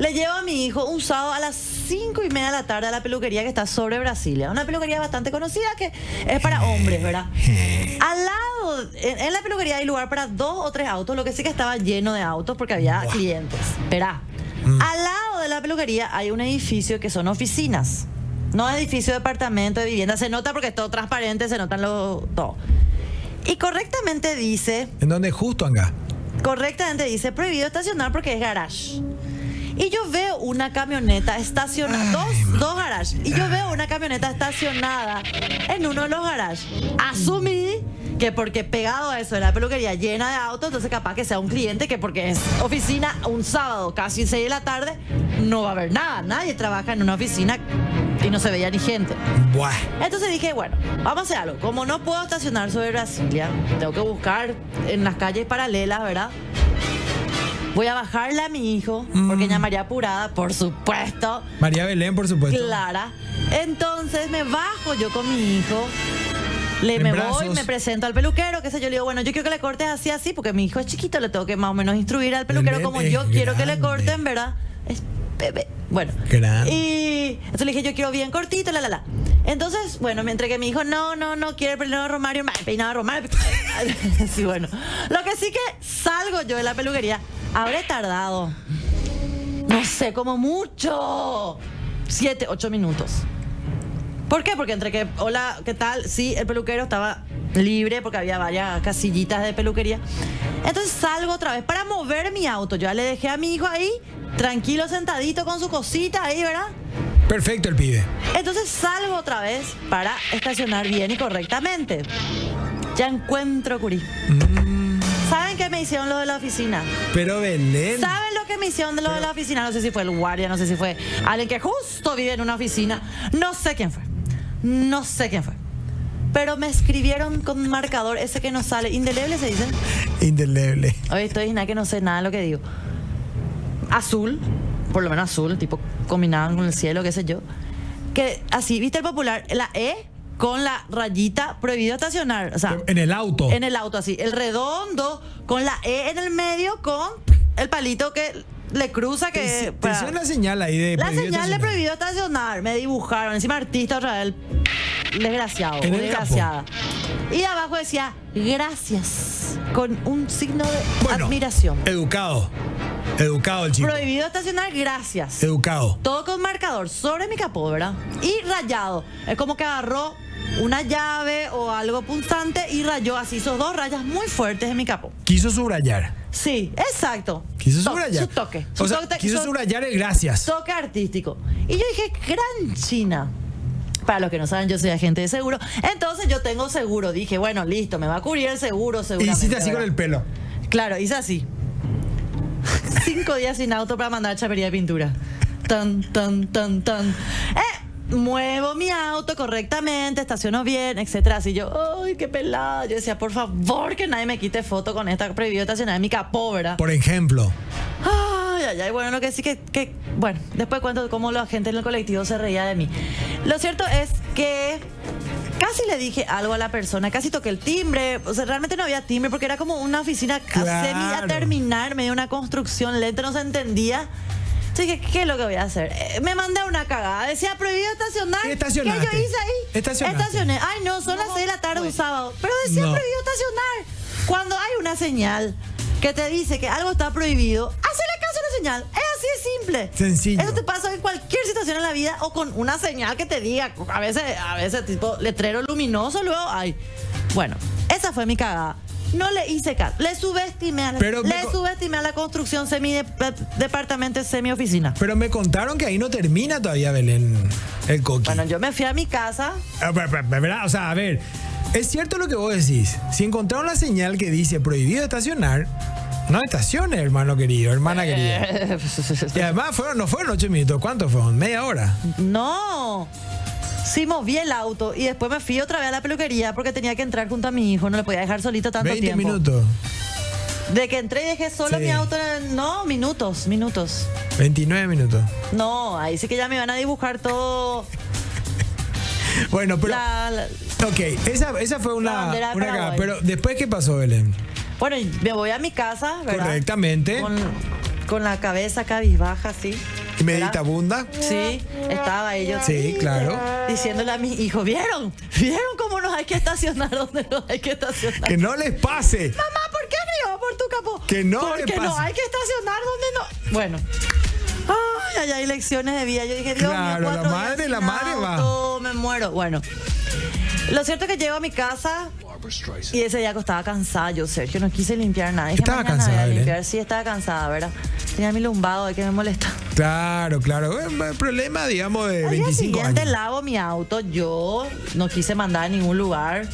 [SPEAKER 2] le llevo a mi hijo un sábado a las 5 y media de la tarde a la peluquería que está sobre Brasilia. Una peluquería bastante conocida que es para hombres, ¿verdad?
[SPEAKER 1] Eh,
[SPEAKER 2] Al lado, en, en la peluquería hay lugar para dos o tres autos, lo que sí que estaba lleno de autos porque había clientes. Verá. Al lado de la peluquería hay un edificio que son oficinas. No edificio, departamento, de vivienda. Se nota porque es todo transparente, se notan los todo. Y correctamente dice,
[SPEAKER 1] ¿En dónde justo anga?
[SPEAKER 2] correctamente dice prohibido estacionar porque es garage. Y yo veo una camioneta estacionada, dos, dos garages, y yo veo una camioneta estacionada en uno de los garages. Asumí que porque pegado a eso de la peluquería llena de autos, entonces capaz que sea un cliente que porque es oficina un sábado, casi 6 de la tarde, no va a haber nada, nadie trabaja en una oficina y no se veía ni gente.
[SPEAKER 1] Buah.
[SPEAKER 2] Entonces dije, bueno, vamos a hacer algo. Como no puedo estacionar sobre Brasilia, tengo que buscar en las calles paralelas, ¿verdad? Voy a bajarle a mi hijo,
[SPEAKER 1] Mm.
[SPEAKER 2] porque ya María apurada, por supuesto,
[SPEAKER 1] María Belén, por supuesto.
[SPEAKER 2] Clara. Entonces me bajo yo con mi hijo. Le
[SPEAKER 1] En
[SPEAKER 2] me voy,
[SPEAKER 1] brazos.
[SPEAKER 2] me presento al peluquero, qué sé yo, le digo, bueno, yo quiero que le cortes así, así, porque mi hijo es chiquito, le tengo que más o menos instruir al peluquero
[SPEAKER 1] Belén
[SPEAKER 2] como
[SPEAKER 1] es
[SPEAKER 2] yo quiero que le
[SPEAKER 1] grande.
[SPEAKER 2] corten, ¿verdad? Es bebé. Bueno.
[SPEAKER 1] Grande.
[SPEAKER 2] Y entonces le dije, yo quiero bien cortito, la, la, la. Entonces, bueno, me entregué mi hijo, no, no, no, quiero el peinado de Romario, ma- peinado de Romario. *laughs* sí, bueno. Lo que sí que salgo yo de la peluquería, habré tardado, no sé, como mucho, siete, ocho minutos. ¿Por qué? Porque entre que, hola, ¿qué tal? Sí, el peluquero estaba libre porque había varias casillitas de peluquería. Entonces salgo otra vez para mover mi auto. Yo ya le dejé a mi hijo ahí, tranquilo, sentadito con su cosita ahí, ¿verdad?
[SPEAKER 1] Perfecto el pibe.
[SPEAKER 2] Entonces salgo otra vez para estacionar bien y correctamente. Ya encuentro Curí. ¿Saben qué me hicieron los de la oficina?
[SPEAKER 1] Pero Belén.
[SPEAKER 2] ¿Saben lo que me hicieron de los de la oficina? No sé si fue el guardia, no sé si fue alguien que justo vive en una oficina. No sé quién fue. No sé quién fue. Pero me escribieron con marcador ese que no sale. Indeleble se dice.
[SPEAKER 1] Indeleble.
[SPEAKER 2] Hoy estoy nada que no sé nada de lo que digo. Azul, por lo menos azul, tipo combinado con el cielo, qué sé yo. Que así, viste el popular, la E con la rayita prohibido estacionar. O sea,
[SPEAKER 1] En el auto.
[SPEAKER 2] en el auto así, el redondo con la E en el medio con el palito que le cruza que
[SPEAKER 1] Te- te
[SPEAKER 2] para-
[SPEAKER 1] hicieron la señal ahí de.
[SPEAKER 2] la
[SPEAKER 1] prohibido
[SPEAKER 2] señal le
[SPEAKER 1] estacionar.
[SPEAKER 2] prohibió estacionar, me dibujaron, encima artista otra vez, el desgraciado,
[SPEAKER 1] En el
[SPEAKER 2] desgraciada. Y abajo decía gracias con un signo de
[SPEAKER 1] Bueno, eh,
[SPEAKER 2] admiración.
[SPEAKER 1] Educado. Educado el chico.
[SPEAKER 2] Prohibido estacionar, gracias.
[SPEAKER 1] eh, Educado.
[SPEAKER 2] Todo con marcador sobre mi capó, ¿verdad? Y rayado. Es como que agarró una llave o algo punzante y rayó así. Hizo dos rayas muy fuertes en mi capó.
[SPEAKER 1] Quiso subrayar.
[SPEAKER 2] Sí, exacto.
[SPEAKER 1] Quiso
[SPEAKER 2] To-
[SPEAKER 1] subrayar.
[SPEAKER 2] Su toque.
[SPEAKER 1] O
[SPEAKER 2] Su
[SPEAKER 1] sea,
[SPEAKER 2] toque,
[SPEAKER 1] quiso
[SPEAKER 2] su
[SPEAKER 1] subrayar el gracias.
[SPEAKER 2] toque artístico. Y yo dije, gran China. Para los que no saben, yo soy agente de seguro. Entonces yo tengo seguro. Dije, bueno, listo, me va a cubrir el seguro,
[SPEAKER 1] Y
[SPEAKER 2] seguramente.
[SPEAKER 1] hiciste así con
[SPEAKER 2] ¿verdad?
[SPEAKER 1] el pelo.
[SPEAKER 2] Claro, hice así. Cinco días sin auto para mandar a chapería de pintura. Tan, tan, tan, tan. Eh, muevo mi auto correctamente, estaciono bien, etcétera. Así yo, ¡ay, qué pelada! Yo decía, por favor, que nadie me quite foto con esta prohibido estacionar en mi capó, ¿verdad?
[SPEAKER 1] Por ejemplo.
[SPEAKER 2] Ay, ay, ay, bueno, lo que sí que, que- bueno, después cuento cómo la gente en el colectivo se reía de mí. Lo cierto es que casi le dije algo a la persona, casi toqué el timbre, o sea, realmente no había timbre porque era como una oficina
[SPEAKER 1] Claro.
[SPEAKER 2] semi a terminar, medio una construcción lenta, no se entendía. Así que, ¿qué es lo que voy a hacer? Eh, me mandé una cagada, decía prohibido estacionar.
[SPEAKER 1] Y estacionaste.
[SPEAKER 2] ¿Qué yo hice ahí?
[SPEAKER 1] Estacionaste.
[SPEAKER 2] Estacioné. Ay, no, son las 6 de la tarde un sábado. Pero decía
[SPEAKER 1] No.
[SPEAKER 2] prohibido estacionar. Cuando hay una señal que te dice que algo está prohibido, hazle caso a la señal. Es así de simple.
[SPEAKER 1] Sencillo.
[SPEAKER 2] Eso te pasa en cualquier situación en la vida o con una señal que te diga. A veces, a veces, tipo, letrero luminoso, luego hay. Bueno, esa fue mi cagada. No le hice caso. Le subestimé a la,
[SPEAKER 1] Pero me
[SPEAKER 2] le
[SPEAKER 1] co-
[SPEAKER 2] subestimé a la construcción semi de- de- departamento semi oficina.
[SPEAKER 1] Pero me contaron que ahí no termina todavía Belén el coqui.
[SPEAKER 2] Bueno, yo me fui a mi casa.
[SPEAKER 1] Ah, pero, pero, pero, ¿verdad? O sea, a ver, es cierto lo que vos decís. Si encontraron la señal que dice prohibido estacionar, no estaciones, hermano querido, hermana
[SPEAKER 2] Eh,
[SPEAKER 1] querida.
[SPEAKER 2] *laughs*
[SPEAKER 1] Y además fueron, no fueron ocho minutos, ¿cuánto fueron? Media hora.
[SPEAKER 2] No. Sí, moví el auto y después me fui otra vez a la peluquería porque tenía que entrar junto a mi hijo. No le podía dejar solito tanto
[SPEAKER 1] 20
[SPEAKER 2] tiempo.
[SPEAKER 1] minutos.
[SPEAKER 2] De que entré y dejé solo
[SPEAKER 1] Sí.
[SPEAKER 2] mi auto. en el- No, minutos, minutos.
[SPEAKER 1] 29 minutos.
[SPEAKER 2] No, ahí sí que ya me van a dibujar todo.
[SPEAKER 1] Bueno, pero.
[SPEAKER 2] la- la-
[SPEAKER 1] Ok, esa, esa fue
[SPEAKER 2] La
[SPEAKER 1] una,
[SPEAKER 2] bandera de
[SPEAKER 1] una cagada.
[SPEAKER 2] Paraguay.
[SPEAKER 1] Pero después, ¿qué pasó, Belén?
[SPEAKER 2] Bueno, y me voy a mi casa, ¿verdad?
[SPEAKER 1] Correctamente.
[SPEAKER 2] Con, con la cabeza cabizbaja, sí.
[SPEAKER 1] Y meditabunda.
[SPEAKER 2] Sí, estaba ahí yo.
[SPEAKER 1] Sí, claro.
[SPEAKER 2] Diciéndole a mis hijos, ¿vieron? ¿Vieron cómo nos hay que estacionar *laughs* donde nos hay que estacionar?
[SPEAKER 1] Que no les pase.
[SPEAKER 2] Mamá, ¿por qué brigó por tu capó?
[SPEAKER 1] Que no le
[SPEAKER 2] Porque
[SPEAKER 1] pase.
[SPEAKER 2] no hay que estacionar donde no. Bueno. Ay, ay, hay lecciones de vida. Yo dije, Dios
[SPEAKER 1] Claro,
[SPEAKER 2] mío,
[SPEAKER 1] la
[SPEAKER 2] cuatro días
[SPEAKER 1] madre,
[SPEAKER 2] sin
[SPEAKER 1] la madre va.
[SPEAKER 2] auto, me muero. Bueno. Lo cierto es que llego a mi casa y ese día que estaba cansada yo, Sergio, no quise limpiar nada. Dije,
[SPEAKER 1] Estaba
[SPEAKER 2] mañana voy a
[SPEAKER 1] cansada, Belén.
[SPEAKER 2] limpiar. Sí, estaba cansada, ¿verdad? Tenía mi lumbado, de que me molesta.
[SPEAKER 1] Claro, claro. Eh, Problema, digamos, de
[SPEAKER 2] Al día
[SPEAKER 1] 25
[SPEAKER 2] siguiente
[SPEAKER 1] años.
[SPEAKER 2] lavo mi auto, yo no quise mandar a ningún lugar.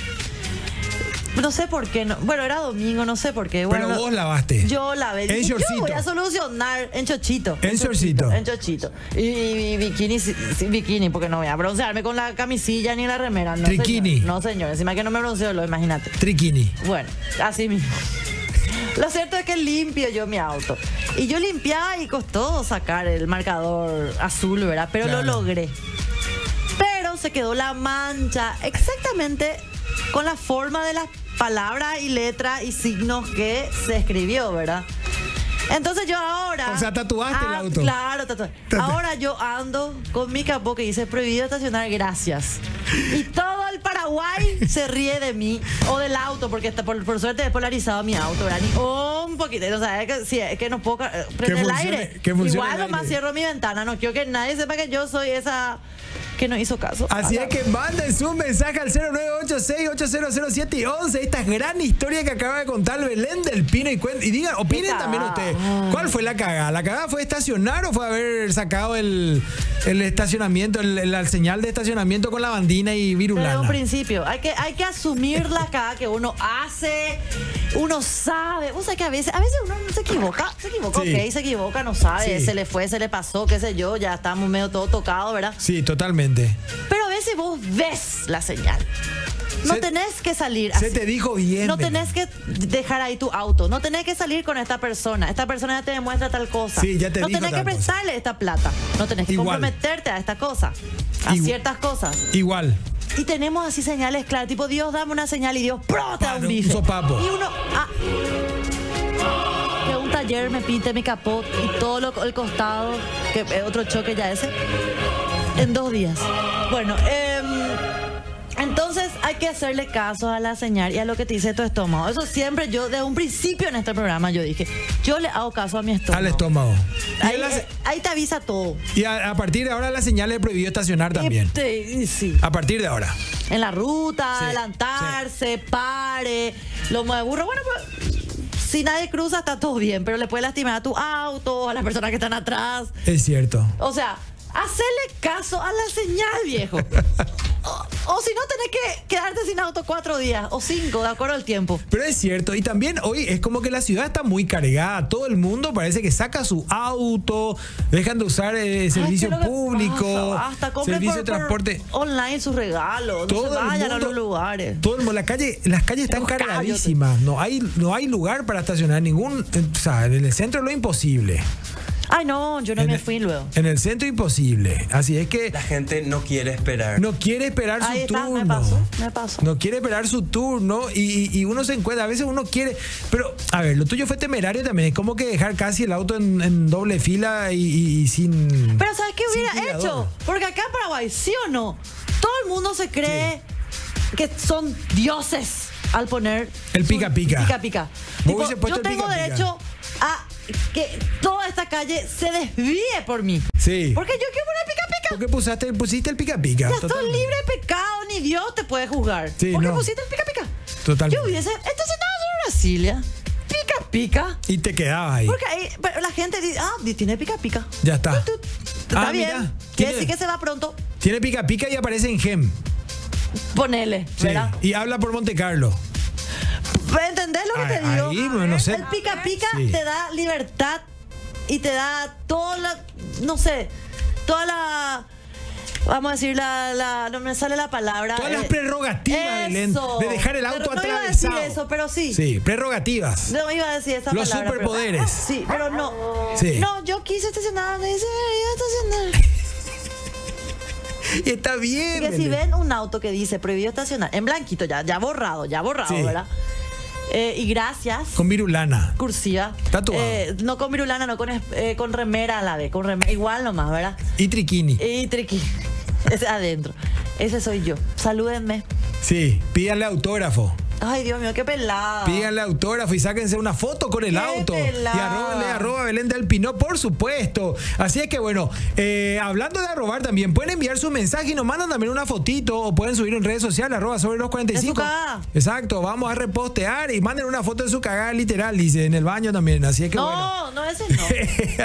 [SPEAKER 2] No sé por qué, no- bueno, era domingo, no sé por qué. Bueno,
[SPEAKER 1] Pero
[SPEAKER 2] lo-
[SPEAKER 1] vos lavaste.
[SPEAKER 2] Yo lavé.
[SPEAKER 1] Eh, En
[SPEAKER 2] Dije,
[SPEAKER 1] shortcito.
[SPEAKER 2] Yo voy a solucionar en chochito.
[SPEAKER 1] En shortcito.
[SPEAKER 2] En chochito. Y, y- y bikini, sí, sí, bikini, porque no voy a broncearme con la camisilla ni la remera. No,
[SPEAKER 1] Triquini.
[SPEAKER 2] Señor. No, señor, encima que no me bronceo, lo imagínate.
[SPEAKER 1] Triquini.
[SPEAKER 2] Bueno, así mismo. *laughs* Lo cierto es que limpio yo mi auto. Y yo limpiaba y costó sacar el marcador azul, ¿verdad? Pero
[SPEAKER 1] Claro.
[SPEAKER 2] lo logré. Pero se quedó la mancha exactamente con la forma de las palabras y letras y signos que se escribió, ¿verdad? Entonces yo ahora... Ah,
[SPEAKER 1] O sea, tatuaste el auto.
[SPEAKER 2] Claro, tatué. Ahora yo ando con mi capó que dice prohibido estacionar, gracias. Y todo el
[SPEAKER 1] *laughs*
[SPEAKER 2] Paraguay se ríe de mí o del auto, porque está, por, por suerte he polarizado mi auto, ¿verdad? Ni un poquito. O sea, es que, sí, es que no puedo ca- eh, prender el
[SPEAKER 1] funcione-
[SPEAKER 2] aire.
[SPEAKER 1] que funcione
[SPEAKER 2] Igual
[SPEAKER 1] el
[SPEAKER 2] nomás
[SPEAKER 1] aire.
[SPEAKER 2] cierro mi ventana. No quiero que nadie sepa que yo soy esa que no hizo caso.
[SPEAKER 1] Así es que manden su mensaje al 0986-800711. Esta gran historia que acaba de contar Belén del Pino y cuen- Y digan, opinen
[SPEAKER 2] cagada.
[SPEAKER 1] también ustedes. ¿Cuál fue la cagada? ¿La cagada fue estacionar o fue haber sacado el, el estacionamiento, el, el- la señal de estacionamiento con la bandina y
[SPEAKER 2] Desde un
[SPEAKER 1] virulana?
[SPEAKER 2] principio, hay que, hay que asumir la cagada que uno hace, uno sabe, o sea que a veces, a veces uno se equivoca, se equivoca,
[SPEAKER 1] Sí.
[SPEAKER 2] ok, se equivoca, no sabe,
[SPEAKER 1] Sí.
[SPEAKER 2] se le fue, se le pasó, qué sé yo, ya estamos medio todo tocado, ¿verdad?
[SPEAKER 1] Sí, totalmente.
[SPEAKER 2] Pero a veces vos ves la señal. No
[SPEAKER 1] Se-
[SPEAKER 2] tenés que salir
[SPEAKER 1] Se
[SPEAKER 2] así.
[SPEAKER 1] te dijo bien.
[SPEAKER 2] No
[SPEAKER 1] Belén.
[SPEAKER 2] tenés que dejar ahí tu auto. No tenés que salir con esta persona. Esta persona ya te demuestra tal cosa.
[SPEAKER 1] Sí, ya te
[SPEAKER 2] no
[SPEAKER 1] dijo
[SPEAKER 2] tenés
[SPEAKER 1] tal
[SPEAKER 2] que
[SPEAKER 1] cosa.
[SPEAKER 2] prestarle esta plata. No tenés que
[SPEAKER 1] Igual.
[SPEAKER 2] comprometerte a esta cosa. A
[SPEAKER 1] Igu-
[SPEAKER 2] ciertas cosas.
[SPEAKER 1] Igual.
[SPEAKER 2] Y tenemos así señales claras. Tipo, Dios, dame una señal y Dios, ¡pro! Te da
[SPEAKER 1] Para,
[SPEAKER 2] un
[SPEAKER 1] un
[SPEAKER 2] bife.
[SPEAKER 1] sopapo.
[SPEAKER 2] Y uno. ah, que un taller me pinte mi capot y todo lo, el costado, que eh, otro choque ya ese, en dos días. Bueno, em, entonces hay que hacerle caso a la señal y a lo que te dice tu estómago. Eso siempre yo, de un principio en este programa, yo dije, yo le hago caso a mi estómago.
[SPEAKER 1] Al estómago. Y,
[SPEAKER 2] Ahí,
[SPEAKER 1] en la se-
[SPEAKER 2] eh, ahí te avisa todo.
[SPEAKER 1] y a, a partir de ahora la señal le prohibió estacionar también.
[SPEAKER 2] Y te- Este, y sí.
[SPEAKER 1] A partir de ahora.
[SPEAKER 2] en la ruta,
[SPEAKER 1] Sí,
[SPEAKER 2] adelantarse, pare, lo mueve burro. Bueno, pues si nadie cruza está todo bien, pero le puede lastimar a tu auto, a las personas que están atrás.
[SPEAKER 1] Es cierto.
[SPEAKER 2] O sea, hacerle caso a la señal,
[SPEAKER 1] *laughs*
[SPEAKER 2] viejo. O, o si no, tenés que quedarte sin auto cuatro días o cinco, de acuerdo al tiempo.
[SPEAKER 1] Pero es cierto, y también hoy es como que la ciudad está muy cargada, todo el mundo parece que saca su auto, dejan de usar eh, servicio
[SPEAKER 2] Ay, ¿qué es lo que
[SPEAKER 1] público,
[SPEAKER 2] pasa? Hasta compren
[SPEAKER 1] servicio
[SPEAKER 2] por-
[SPEAKER 1] de
[SPEAKER 2] por
[SPEAKER 1] transporte.
[SPEAKER 2] online sus regalos. No
[SPEAKER 1] Todo
[SPEAKER 2] se
[SPEAKER 1] el
[SPEAKER 2] vayan a
[SPEAKER 1] mundo-
[SPEAKER 2] los lugares.
[SPEAKER 1] Todo el mundo, la calle, las calles están
[SPEAKER 2] Los callos.
[SPEAKER 1] cargadísimas, no hay, no hay lugar para estacionar, ningún, eh, o sea, en el centro lo imposible.
[SPEAKER 2] Ay, no, yo no
[SPEAKER 1] en
[SPEAKER 2] me
[SPEAKER 1] el-
[SPEAKER 2] fui luego.
[SPEAKER 1] En el centro imposible, así es que
[SPEAKER 5] La gente no quiere esperar.
[SPEAKER 1] no quiere esperar su
[SPEAKER 2] Ahí está,
[SPEAKER 1] turno.
[SPEAKER 2] me pasó, me pasó.
[SPEAKER 1] No quiere esperar su turno y, y- y uno se encuentra, a veces uno quiere, pero a ver, lo tuyo fue temerario también, es como que dejar casi el auto en, en doble fila y, y- y sin...
[SPEAKER 2] Pero ¿sabes qué
[SPEAKER 1] sin
[SPEAKER 2] hubiera
[SPEAKER 1] tirador.
[SPEAKER 2] hecho? Porque acá en Paraguay, ¿sí o no? Todo el mundo se cree que son dioses al poner
[SPEAKER 1] El
[SPEAKER 2] su-
[SPEAKER 1] pica pica.
[SPEAKER 2] Pica pica.
[SPEAKER 1] Vos
[SPEAKER 2] Tipo,
[SPEAKER 1] hubiese puesto
[SPEAKER 2] yo
[SPEAKER 1] el
[SPEAKER 2] tengo
[SPEAKER 1] pica pica.
[SPEAKER 2] derecho a que toda esta calle se desvíe por mí.
[SPEAKER 1] Sí.
[SPEAKER 2] Porque yo quiero poner pica pica.
[SPEAKER 1] ¿Por qué pusiste, pusiste el pica pica?
[SPEAKER 2] Ya estoy
[SPEAKER 1] Totalmente.
[SPEAKER 2] libre de pecado, ni Dios te puede juzgar.
[SPEAKER 1] Sí,
[SPEAKER 2] ¿Por qué
[SPEAKER 1] no.
[SPEAKER 2] pusiste el pica pica?
[SPEAKER 1] Totalmente.
[SPEAKER 2] Yo hubiese. Entonces nada, señor Brasilia. Pica pica.
[SPEAKER 1] Y te quedabas ahí.
[SPEAKER 2] Porque ahí, pero la gente dice, ah, tiene pica pica.
[SPEAKER 1] Ya está.
[SPEAKER 2] Tut, tut.
[SPEAKER 1] Ah,
[SPEAKER 2] Está bien.
[SPEAKER 1] mira, tiene-
[SPEAKER 2] Quiere decir que se va pronto.
[SPEAKER 1] Tiene pica pica y aparece en Gem.
[SPEAKER 2] Ponele,
[SPEAKER 1] Sí.
[SPEAKER 2] ¿verdad?
[SPEAKER 1] Y habla por Monte Carlo.
[SPEAKER 2] ¿Entendés lo que
[SPEAKER 1] Ahí,
[SPEAKER 2] te digo?
[SPEAKER 1] ahí, bueno, no sé.
[SPEAKER 2] El pica pica
[SPEAKER 1] Sí.
[SPEAKER 2] te da libertad y te da toda la, no sé, toda la, vamos a decir, la, la- no me sale la palabra.
[SPEAKER 1] Todas
[SPEAKER 2] eh,
[SPEAKER 1] las prerrogativas, Belén,
[SPEAKER 2] eso.
[SPEAKER 1] de dejar el auto
[SPEAKER 2] Pero no
[SPEAKER 1] atravesado.
[SPEAKER 2] iba a decir eso, pero sí.
[SPEAKER 1] Sí, prerrogativas.
[SPEAKER 2] No iba a decir esa
[SPEAKER 1] Los
[SPEAKER 2] palabra, pero- Ah,
[SPEAKER 1] superpoderes.
[SPEAKER 2] sí, pero no.
[SPEAKER 1] Sí.
[SPEAKER 2] No, yo quise estacionar, me dice, "Debería estacionar.
[SPEAKER 1] Y está bien.
[SPEAKER 2] que si
[SPEAKER 1] Belén.
[SPEAKER 2] ven un auto que dice prohibido estacionar, en blanquito ya, ya borrado, ya borrado,
[SPEAKER 1] Sí.
[SPEAKER 2] ¿verdad? Eh, y gracias.
[SPEAKER 1] Con virulana.
[SPEAKER 2] cursiva.
[SPEAKER 1] Tatuado.
[SPEAKER 2] Eh, no con virulana, no con, es- eh, con remera a la vez, con remera, igual nomás, ¿verdad?
[SPEAKER 1] Y triquini.
[SPEAKER 2] Y triqui. *laughs* Ese adentro. Ese soy yo. Salúdenme.
[SPEAKER 1] Sí, pídanle autógrafo.
[SPEAKER 2] Ay, Dios mío, qué pelada.
[SPEAKER 1] Pídanle autógrafo y sáquense una foto con el
[SPEAKER 2] ¡Qué
[SPEAKER 1] auto.
[SPEAKER 2] pelada!
[SPEAKER 1] Y arróbenle arroba Belén del Pinó, por supuesto. Así es que bueno, eh, hablando de arrobar también, pueden enviar su mensaje y nos mandan también una fotito o pueden subir en redes sociales, arroba sobre los 45.
[SPEAKER 2] De su cagada.
[SPEAKER 1] Exacto, vamos a repostear y manden una foto de su cagada literal, dice, en el baño también. Así es que
[SPEAKER 2] no,
[SPEAKER 1] bueno.
[SPEAKER 2] no, ese no.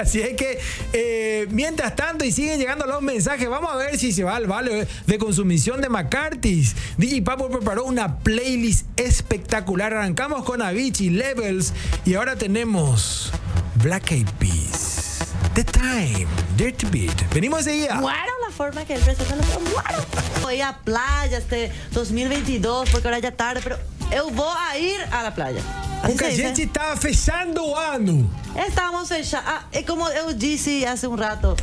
[SPEAKER 1] *laughs* Así es que, eh, mientras tanto, y siguen llegando los mensajes, vamos a ver si se va al vale eh, de consumición de McCarthy's. DJ Papo preparó una playlist espectacular. Arrancamos con Avicii, Levels, y ahora tenemos Black Eyed Peas, The Time, Dirty Beat. Venimos enseguida.
[SPEAKER 2] Muero la forma que él presenta los muero. Voy a playa este 2022 porque ahora ya tarde, pero eu vou a ir a la playa. Así
[SPEAKER 1] Porque a
[SPEAKER 2] se dice.
[SPEAKER 1] gente está fechando o ano.
[SPEAKER 2] Estamos fechando. Ah, é como eu disse hace um rato,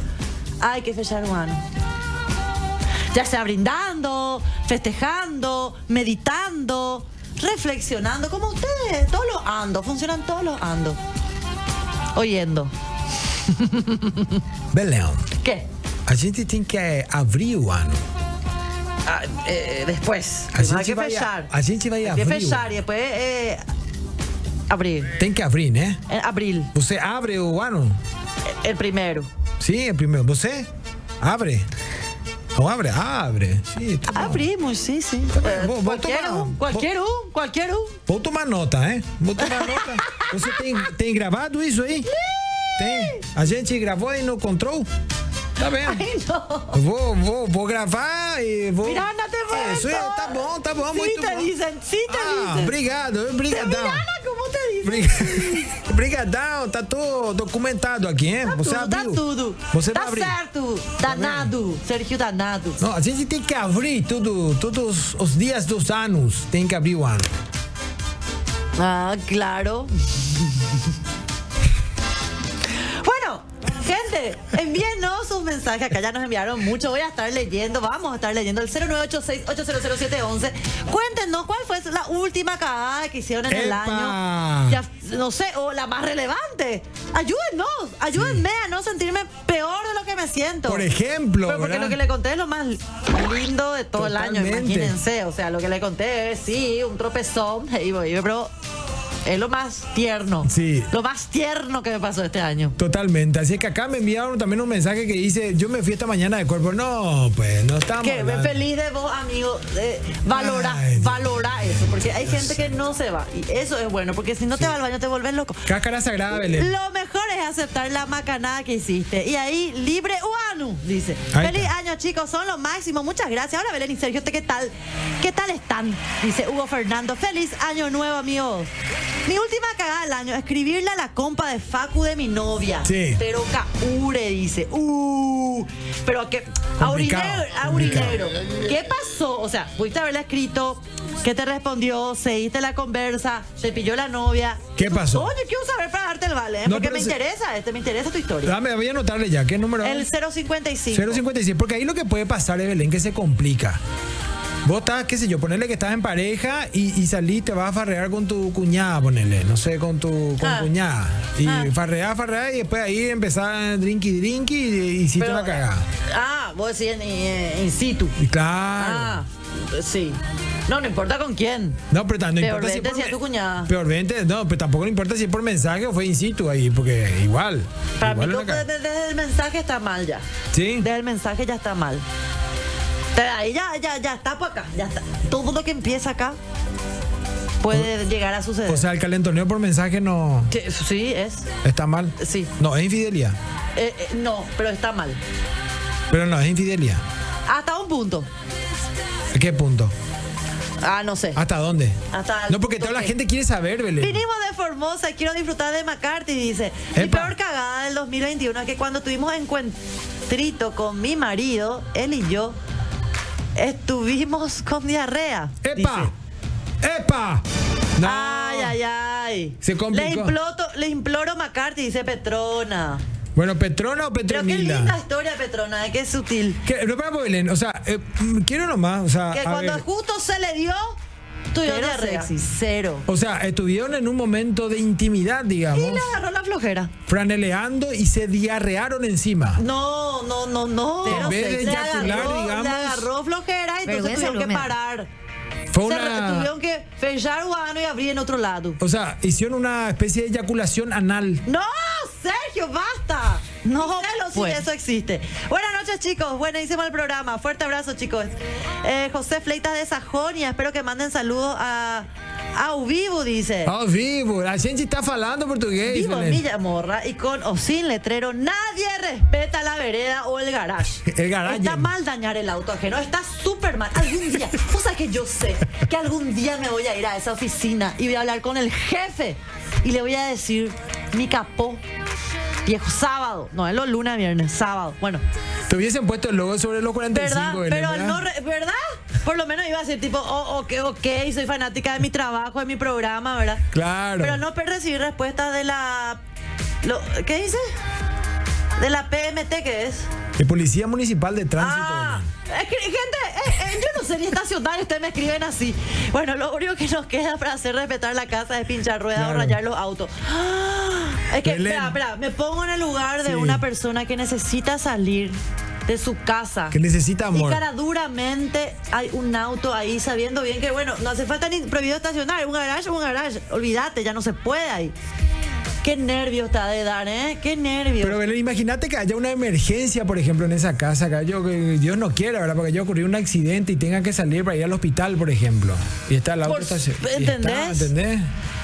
[SPEAKER 2] hay que fechar um ano. Ya sea brindando, festejando, meditando, reflexionando, como ustedes. Todos los andos, funcionan todos los andos. Oyendo.
[SPEAKER 1] Belém,
[SPEAKER 2] ¿Qué?
[SPEAKER 1] a gente tem que eh, abrir o ano.
[SPEAKER 2] Ah, eh, después.
[SPEAKER 1] A gente
[SPEAKER 2] hay que
[SPEAKER 1] vai a-
[SPEAKER 2] fechar.
[SPEAKER 1] a gente vai
[SPEAKER 2] Hay
[SPEAKER 1] a
[SPEAKER 2] que
[SPEAKER 1] abril.
[SPEAKER 2] fechar y después eh, abrir.
[SPEAKER 1] Tem que abrir, né?
[SPEAKER 2] En abril, eh,
[SPEAKER 1] Você abre o ano?
[SPEAKER 2] el primero.
[SPEAKER 1] Sí, el primero. ¿Você? Abre. O abre, abre. Sí, está bien.
[SPEAKER 2] Abrimos, sí, sí.
[SPEAKER 1] bien,
[SPEAKER 2] Eh,
[SPEAKER 1] vos- vos
[SPEAKER 2] Cualquier
[SPEAKER 1] tomá,
[SPEAKER 2] un,
[SPEAKER 1] vos-
[SPEAKER 2] cualquier un, cualquier un.
[SPEAKER 1] Vou tomar nota, hein? Vou tomar
[SPEAKER 2] *laughs*
[SPEAKER 1] nota. Você tem, tem gravado isso aí? Tem. A gente gravou aí no control? Tá bem.
[SPEAKER 2] Ay, no.
[SPEAKER 1] Vou, vou, vou gravar e vou.
[SPEAKER 2] Mirá, no te vuelto.
[SPEAKER 1] Isso aí, tá bom, tá bom,
[SPEAKER 2] Sí
[SPEAKER 1] muito
[SPEAKER 2] te
[SPEAKER 1] bom.
[SPEAKER 2] dicen, sí te
[SPEAKER 1] Ah,
[SPEAKER 2] dicen.
[SPEAKER 1] obrigado,
[SPEAKER 2] Te
[SPEAKER 1] obrigadão.
[SPEAKER 2] miran a ¿cómo te dicen?
[SPEAKER 1] *laughs* Obri- Obrigadão, tá tudo documentado aqui, hein? Você
[SPEAKER 2] tudo,
[SPEAKER 1] abriu.
[SPEAKER 2] Tá tudo.
[SPEAKER 1] Você
[SPEAKER 2] tá
[SPEAKER 1] vai abrir. Tá
[SPEAKER 2] certo. Danado. Sergio Danado.
[SPEAKER 1] Não, a gente tem que abrir tudo, todos os dias dos anos. Tem que abrir o ano.
[SPEAKER 2] Ah, claro. bueno, gente, envíenos sus mensajes. Acá ya nos enviaron mucho. Voy a estar leyendo, vamos a estar leyendo el 0986-800711. Cuéntenos cuál fue la última cagada que hicieron en el
[SPEAKER 1] ¡Epa!
[SPEAKER 2] año. Ya, no sé, o la más relevante. Ayúdennos, ayúdenme a no sentirme peor de lo que me siento.
[SPEAKER 1] Por ejemplo,
[SPEAKER 2] Pero porque
[SPEAKER 1] ¿verdad?
[SPEAKER 2] lo que le conté es lo más lindo de todo el año,
[SPEAKER 1] Totalmente.
[SPEAKER 2] imagínense. O sea, lo que le conté es, sí, un tropezón, y voy, pero es lo más tierno.
[SPEAKER 1] Sí.
[SPEAKER 2] Lo más tierno que me pasó este año.
[SPEAKER 1] Totalmente. Así es que acá me enviaron también un mensaje que dice, yo me fui esta mañana de cuerpo. No, pues no estamos.
[SPEAKER 2] Que me
[SPEAKER 1] hablando.
[SPEAKER 2] feliz de vos, amigo. eh, valora,
[SPEAKER 1] Ay, Dios.
[SPEAKER 2] valora eso. Porque hay gente que no se va. Y eso es bueno, porque si no te va al baño te vuelves loco.
[SPEAKER 1] Cáscara sagrada, Belén.
[SPEAKER 2] Lo mejor es aceptar la macanada que hiciste. Y ahí, libre Uanu, dice.
[SPEAKER 1] Ahí
[SPEAKER 2] Feliz
[SPEAKER 1] está.
[SPEAKER 2] año, chicos, son lo máximo. Muchas gracias. Hola, Belén y Sergio, ¿usted qué tal? ¿Qué tal están? Dice Hugo Fernando. Feliz año nuevo, amigos. Mi última cagada del año, escribirle a la compa de Facu de mi novia.
[SPEAKER 1] Sí.
[SPEAKER 2] Pero caure, dice. Uh, pero que. Aurinegro, aurinegro. ¿Qué pasó? O sea, pudiste haberla escrito. ¿Qué te respondió? Seguiste la conversa, se pilló la novia.
[SPEAKER 1] ¿Qué pasó?
[SPEAKER 2] Oye, quiero saber para darte el vale, ¿eh?
[SPEAKER 1] No,
[SPEAKER 2] porque
[SPEAKER 1] pero
[SPEAKER 2] me
[SPEAKER 1] se-
[SPEAKER 2] interesa, este, me interesa tu historia.
[SPEAKER 1] Dame, voy a anotarle ya. ¿Qué número
[SPEAKER 2] El
[SPEAKER 1] es?
[SPEAKER 2] 055.
[SPEAKER 1] 056. Porque ahí lo que puede pasar es, Belén, que se complica. Vos estás, qué sé yo, ponele que estás en pareja y, y salís, te vas a farrear con tu cuñada, ponele, no sé, con tu con
[SPEAKER 2] Ah.
[SPEAKER 1] cuñada. Y
[SPEAKER 2] Ah.
[SPEAKER 1] farreás, farreás y después ahí empezás drinky, drinky y, y hiciste
[SPEAKER 2] Pero-
[SPEAKER 1] la cagada.
[SPEAKER 2] Ah, vos decís en, eh, in situ.
[SPEAKER 1] Y claro.
[SPEAKER 2] Ah, sí. No, no importa con quién.
[SPEAKER 1] No, pero tan- no
[SPEAKER 2] Peor
[SPEAKER 1] importa si
[SPEAKER 2] vente
[SPEAKER 1] por
[SPEAKER 2] si
[SPEAKER 1] me-
[SPEAKER 2] es tu cuñada.
[SPEAKER 1] Peor vente, no, pero tampoco le importa si es por mensaje o fue in situ ahí, porque igual.
[SPEAKER 2] Para
[SPEAKER 1] igual
[SPEAKER 2] mí,
[SPEAKER 1] es
[SPEAKER 2] lo
[SPEAKER 1] una
[SPEAKER 2] que
[SPEAKER 1] ca-
[SPEAKER 2] desde, desde el mensaje está mal ya.
[SPEAKER 1] Sí.
[SPEAKER 2] Desde el mensaje ya está mal. Desde ahí ya, ya, ya está por acá. Ya está. Todo lo que empieza acá puede llegar a suceder.
[SPEAKER 1] O sea, el calentoneo por mensaje no
[SPEAKER 2] Que- sí, es.
[SPEAKER 1] está mal.
[SPEAKER 2] Sí.
[SPEAKER 1] No, es infidelidad.
[SPEAKER 2] Eh, eh, no, pero está mal.
[SPEAKER 1] Pero no, es infidelidad.
[SPEAKER 2] Hasta un punto.
[SPEAKER 1] ¿A qué punto?
[SPEAKER 2] Ah, no sé.
[SPEAKER 1] ¿Hasta dónde?
[SPEAKER 2] Hasta el
[SPEAKER 1] no, porque
[SPEAKER 2] punto
[SPEAKER 1] toda la
[SPEAKER 2] que-
[SPEAKER 1] gente quiere saber, Belén.
[SPEAKER 2] Vinimos de Formosa, quiero disfrutar de McCarthy, dice. Mi
[SPEAKER 1] Epa.
[SPEAKER 2] peor cagada del 2021 es que cuando tuvimos encuentrito con mi marido, él y yo, estuvimos con diarrea.
[SPEAKER 1] ¡Epa!
[SPEAKER 2] dice.
[SPEAKER 1] ¡Epa! No.
[SPEAKER 2] Ay, ay, ay.
[SPEAKER 1] Se complicó.
[SPEAKER 2] Le, imploto- le imploro McCarthy, dice Petrona.
[SPEAKER 1] Bueno, Petrona o
[SPEAKER 2] Pero qué linda
[SPEAKER 1] Petronila.
[SPEAKER 2] historia, Petrona, eh, qué sutil.
[SPEAKER 1] Que- no, para Belén, o sea, eh, mm, quiero nomás, o sea,
[SPEAKER 2] Que
[SPEAKER 1] a
[SPEAKER 2] cuando
[SPEAKER 1] ver,
[SPEAKER 2] justo se le dio, tuvieron
[SPEAKER 6] Cero
[SPEAKER 2] diarrea.
[SPEAKER 6] sexy,
[SPEAKER 2] cero.
[SPEAKER 1] o sea, estuvieron en un momento de intimidad, digamos.
[SPEAKER 2] Y le agarró la flojera.
[SPEAKER 1] franeleando y se diarrearon encima.
[SPEAKER 2] No, no, no, no.
[SPEAKER 1] En vez de
[SPEAKER 2] Le
[SPEAKER 1] eyacular,
[SPEAKER 2] agarró-
[SPEAKER 1] digamos.
[SPEAKER 2] Le agarró flojera y entonces
[SPEAKER 6] Vergüenza
[SPEAKER 2] tuvieron que
[SPEAKER 6] húmeda.
[SPEAKER 2] parar.
[SPEAKER 1] Fue
[SPEAKER 2] Se re-
[SPEAKER 1] una,
[SPEAKER 2] tuvieron que fechar Guano y abrir en otro lado.
[SPEAKER 1] o sea, hicieron una especie de eyaculación anal.
[SPEAKER 2] ¡No, Sergio, basta! No,
[SPEAKER 6] pues.
[SPEAKER 2] eso existe. Buenas noches, chicos. Buenísimo el programa. Fuerte abrazo, chicos. Eh, José Fleitas de Sajonia. Espero que manden saludos a, a Uvivo, dice.
[SPEAKER 1] Ah, vivo, la gente está falando portugués.
[SPEAKER 2] Vivo en
[SPEAKER 1] Belén.
[SPEAKER 2] Villa Morra y con o sin letrero nadie respeta la vereda o el garage.
[SPEAKER 1] *laughs* El garage.
[SPEAKER 2] Está mal dañar el auto ajeno, está súper mal. Algún día, o sea que yo sé que algún día me voy a ir a esa oficina y voy a hablar con el jefe y le voy a decir, mi capó, viejo, sábado. No, es los lunes, viernes, sábado. Bueno,
[SPEAKER 1] Te hubiesen puesto el logo sobre los 45.
[SPEAKER 2] ¿verdad?
[SPEAKER 1] Belén,
[SPEAKER 2] Pero
[SPEAKER 1] ¿verdad?
[SPEAKER 2] no, re- ¿verdad? Por lo menos iba a ser tipo, oh, ok, ok, soy fanática de mi trabajo, de mi programa, ¿verdad?
[SPEAKER 1] Claro.
[SPEAKER 2] Pero no per- recibir respuestas de la. lo- ¿Qué dice? De la PMT, ¿qué es?
[SPEAKER 1] El policía municipal de tránsito.
[SPEAKER 2] Ah,
[SPEAKER 1] Belén.
[SPEAKER 2] es que, gente, eh, eh, yo no sé ni estacionar, ustedes me escriben así. Bueno, lo único que nos queda para hacer respetar la casa es pinchar ruedas
[SPEAKER 1] Claro.
[SPEAKER 2] o rayar los autos. Ah, Es que,
[SPEAKER 1] Belén.
[SPEAKER 2] espera, espera, me pongo en el lugar de
[SPEAKER 1] Sí.
[SPEAKER 2] una persona que necesita salir de su casa.
[SPEAKER 1] Que necesita amor.
[SPEAKER 2] Y cara duramente hay un auto ahí sabiendo bien que, bueno, no hace falta ni prohibido estacionar. Un garage, un garage. Olvídate, ya no se puede ahí. Qué nervios te ha de dar, ¿eh? Qué nervios.
[SPEAKER 1] Pero Belén, imagínate que haya una emergencia, por ejemplo, en esa casa, que yo, que Dios no quiera, ¿verdad? Porque haya ocurrido un accidente y tenga que salir para ir al hospital, por ejemplo. Y está el auto
[SPEAKER 2] Por-
[SPEAKER 1] estacion- y
[SPEAKER 2] ¿entendés?
[SPEAKER 1] está, ¿entendés?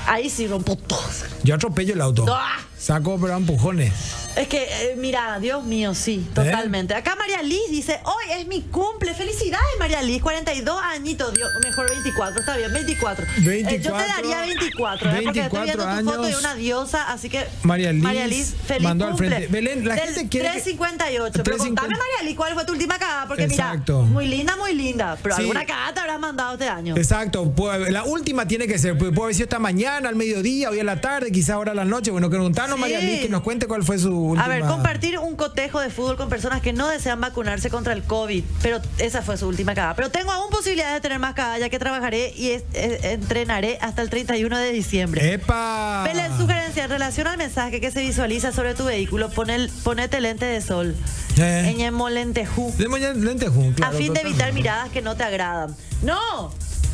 [SPEAKER 2] Ahí sí rompo todo.
[SPEAKER 1] Yo atropello el auto.
[SPEAKER 2] ¡Ah!
[SPEAKER 1] Saco, pero a empujones.
[SPEAKER 2] Es que, eh, mira, Dios mío, sí,
[SPEAKER 1] ¿Eh?
[SPEAKER 2] totalmente. Acá María Liz dice, hoy es mi cumple. Felicidades, María Liz. 42 añitos, Dios, mejor 24, está bien, 24. Eh, yo te
[SPEAKER 1] 24,
[SPEAKER 2] daría 24, ¿eh? porque estoy
[SPEAKER 1] 24
[SPEAKER 2] viendo tu foto de
[SPEAKER 1] años.
[SPEAKER 2] una diosa, así que...
[SPEAKER 1] María Liz
[SPEAKER 2] feliz
[SPEAKER 1] mandó al
[SPEAKER 2] cumple.
[SPEAKER 1] frente. Belén, la
[SPEAKER 2] Del
[SPEAKER 1] gente quiere que-
[SPEAKER 2] 358. Pero
[SPEAKER 1] 350.
[SPEAKER 2] contame, María Liz, ¿cuál fue tu última cagada? Porque
[SPEAKER 1] Exacto.
[SPEAKER 2] mira, muy linda, muy linda, pero
[SPEAKER 1] Sí.
[SPEAKER 2] alguna cagada te habrás mandado este año.
[SPEAKER 1] Exacto, puede- la última tiene que ser, puede puede haber sido esta mañana, al mediodía, hoy a la tarde, quizás ahora a la noche. Bueno, que contanos,
[SPEAKER 2] Sí.
[SPEAKER 1] María Liz, que nos cuente cuál fue su última.
[SPEAKER 2] A ver, compartir un cotejo de fútbol con personas que no desean vacunarse contra el COVID. Pero esa fue su última cagada. Pero tengo aún posibilidades de tener más cagadas, ya que trabajaré y es- es- entrenaré hasta el 31 de diciembre.
[SPEAKER 1] ¡Epa!
[SPEAKER 2] Belén, sugerencia en relación al mensaje que se visualiza sobre tu vehículo, pon el- ponete lente de sol.
[SPEAKER 1] Eh.
[SPEAKER 2] Eñemo lentejú.
[SPEAKER 1] De mañana, lentejun, claro,
[SPEAKER 2] a fin de evitar
[SPEAKER 1] totalmente.
[SPEAKER 2] miradas que no te agradan. ¡No!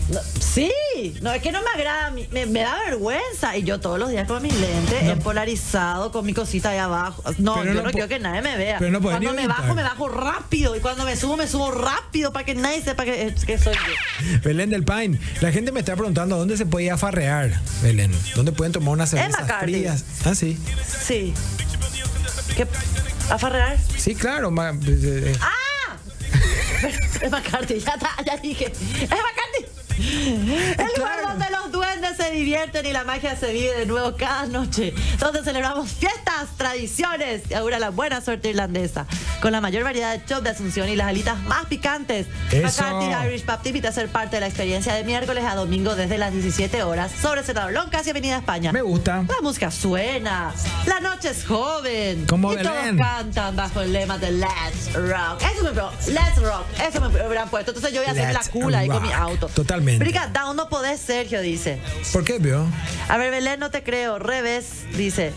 [SPEAKER 2] No, Sí, no es que no me agrada, a mí, me, me da vergüenza. Y yo todos los días con mis lentes, en polarizado, con mi cosita ahí abajo. No,
[SPEAKER 1] Pero
[SPEAKER 2] yo
[SPEAKER 1] no
[SPEAKER 2] no
[SPEAKER 1] po-
[SPEAKER 2] quiero que nadie me vea.
[SPEAKER 1] pero no podés
[SPEAKER 2] cuando
[SPEAKER 1] ni
[SPEAKER 2] me bajo,
[SPEAKER 1] evitar.
[SPEAKER 2] me bajo rápido. Y cuando me subo, me subo rápido para que nadie sepa que, eh, que soy yo.
[SPEAKER 1] Belén del Pine, la gente me está preguntando dónde se podía farrear, Belén. ¿Dónde pueden tomar unas
[SPEAKER 2] En
[SPEAKER 1] cervezas
[SPEAKER 2] McCarthy.
[SPEAKER 1] frías? Ah, sí.
[SPEAKER 2] Sí. ¿Qué? ¿A farrear?
[SPEAKER 1] Sí, claro. ma- eh, eh,
[SPEAKER 2] ¡Ah! Es McCarthy, ya está, ya dije. ¡Es McCarthy! El lugar
[SPEAKER 1] Claro.
[SPEAKER 2] donde los duendes se divierten y la magia se vive de nuevo cada noche. Donde celebramos fiestas, tradiciones y augura la buena suerte irlandesa. Con la mayor variedad de chop de Asunción y las alitas más picantes.
[SPEAKER 1] Eso.
[SPEAKER 2] McCarthy Irish Pub te invita a ser parte de la experiencia de miércoles a domingo desde las 17 horas sobre Senador Loncas y Avenida España.
[SPEAKER 1] Me gusta.
[SPEAKER 2] La música suena. La noche es joven.
[SPEAKER 1] Como
[SPEAKER 2] y todos
[SPEAKER 1] Belén.
[SPEAKER 2] cantan bajo el lema de Let's Rock. Eso me, pro- let's rock. Eso me hubieran puesto. Entonces yo voy a hacer la
[SPEAKER 1] Let's
[SPEAKER 2] cula ahí con mi
[SPEAKER 1] rock.
[SPEAKER 2] auto.
[SPEAKER 1] Totalmente.
[SPEAKER 2] Brigadown no podés, Sergio, dice.
[SPEAKER 1] ¿Por qué, vio?
[SPEAKER 2] A ver, Belén, no te creo. Revés, dice.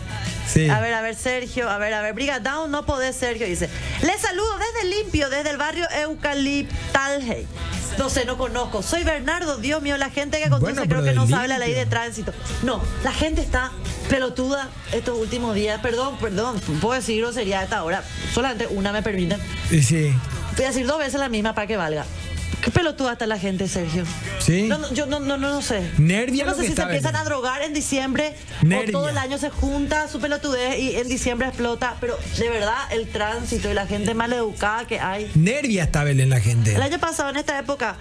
[SPEAKER 1] Sí.
[SPEAKER 2] A ver, a ver, Sergio. A ver, a ver. Brigadown no podés, Sergio, dice. Les saludo desde Limpio, desde el barrio Eucaliptalhey. No sé, no conozco. Soy Bernardo, Dios mío, la gente que conduce
[SPEAKER 1] Bueno,
[SPEAKER 2] creo
[SPEAKER 1] pero
[SPEAKER 2] que
[SPEAKER 1] de
[SPEAKER 2] no sabe la
[SPEAKER 1] Limpio.
[SPEAKER 2] ley de tránsito. No, la gente está pelotuda estos últimos días. Perdón, perdón, puedo decir grosería a esta hora. Solamente una me permiten.
[SPEAKER 1] Y Eh, sí.
[SPEAKER 2] Voy a decir dos veces la misma para que valga. Qué pelotuda está la gente, Sergio.
[SPEAKER 1] Sí.
[SPEAKER 2] No, no, yo no, no, no, no sé.
[SPEAKER 1] Nervia
[SPEAKER 2] Yo no
[SPEAKER 1] lo
[SPEAKER 2] sé
[SPEAKER 1] que
[SPEAKER 2] si se
[SPEAKER 1] está
[SPEAKER 2] empiezan a
[SPEAKER 1] vendiendo.
[SPEAKER 2] drogar en diciembre
[SPEAKER 1] Nervia.
[SPEAKER 2] o todo el año se junta su pelotudez y en diciembre explota. Pero de verdad, el tránsito y la gente maleducada que hay.
[SPEAKER 1] Nervia está Belén la gente.
[SPEAKER 2] El año pasado, en esta época,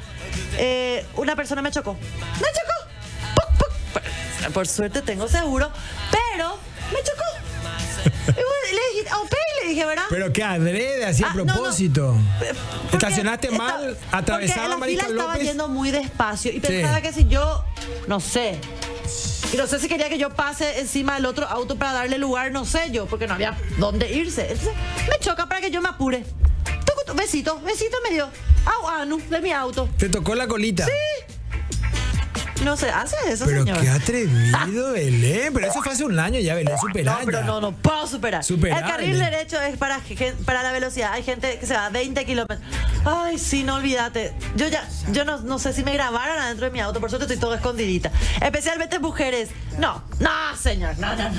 [SPEAKER 2] eh, una persona me chocó. ¡Me chocó! ¡Puc, puc! Por, por suerte tengo seguro, pero me chocó. Y bueno, le dije, "Au pair", le dije, ¿verdad?
[SPEAKER 1] Pero que adrede, así a
[SPEAKER 2] Ah, no, no.
[SPEAKER 1] propósito.
[SPEAKER 2] Porque
[SPEAKER 1] Estacionaste
[SPEAKER 2] esta-
[SPEAKER 1] mal,
[SPEAKER 2] porque
[SPEAKER 1] atravesado
[SPEAKER 2] la
[SPEAKER 1] a
[SPEAKER 2] fila
[SPEAKER 1] Maricón
[SPEAKER 2] estaba
[SPEAKER 1] López.
[SPEAKER 2] yendo muy despacio y pensaba que si yo, no sé, y no sé si quería que yo pase encima del otro auto para darle lugar, no sé yo, porque no había dónde irse. Entonces, me choca para que yo me apure. Tucu, tu- Besito, besito me dio. Au, anu, de mi auto.
[SPEAKER 1] Te tocó la colita.
[SPEAKER 2] No sé, hace eso,
[SPEAKER 1] Pero
[SPEAKER 2] señor.
[SPEAKER 1] qué atrevido, Belén. Pero eso fue hace un año ya, Belén,
[SPEAKER 2] No,
[SPEAKER 1] superada.
[SPEAKER 2] pero no, no puedo superar.
[SPEAKER 1] Superar,
[SPEAKER 2] El carril
[SPEAKER 1] Belén.
[SPEAKER 2] derecho es para, gen- para la velocidad. Hay gente que se va a 20 kilómetros. Ay, sí, no olvídate. Yo ya, yo no, no sé si me grabaron adentro de mi auto, por suerte estoy todo escondidita. Especialmente mujeres. No, no, señor, no, no, no.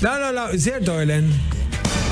[SPEAKER 1] No, no, no, es cierto, Belén.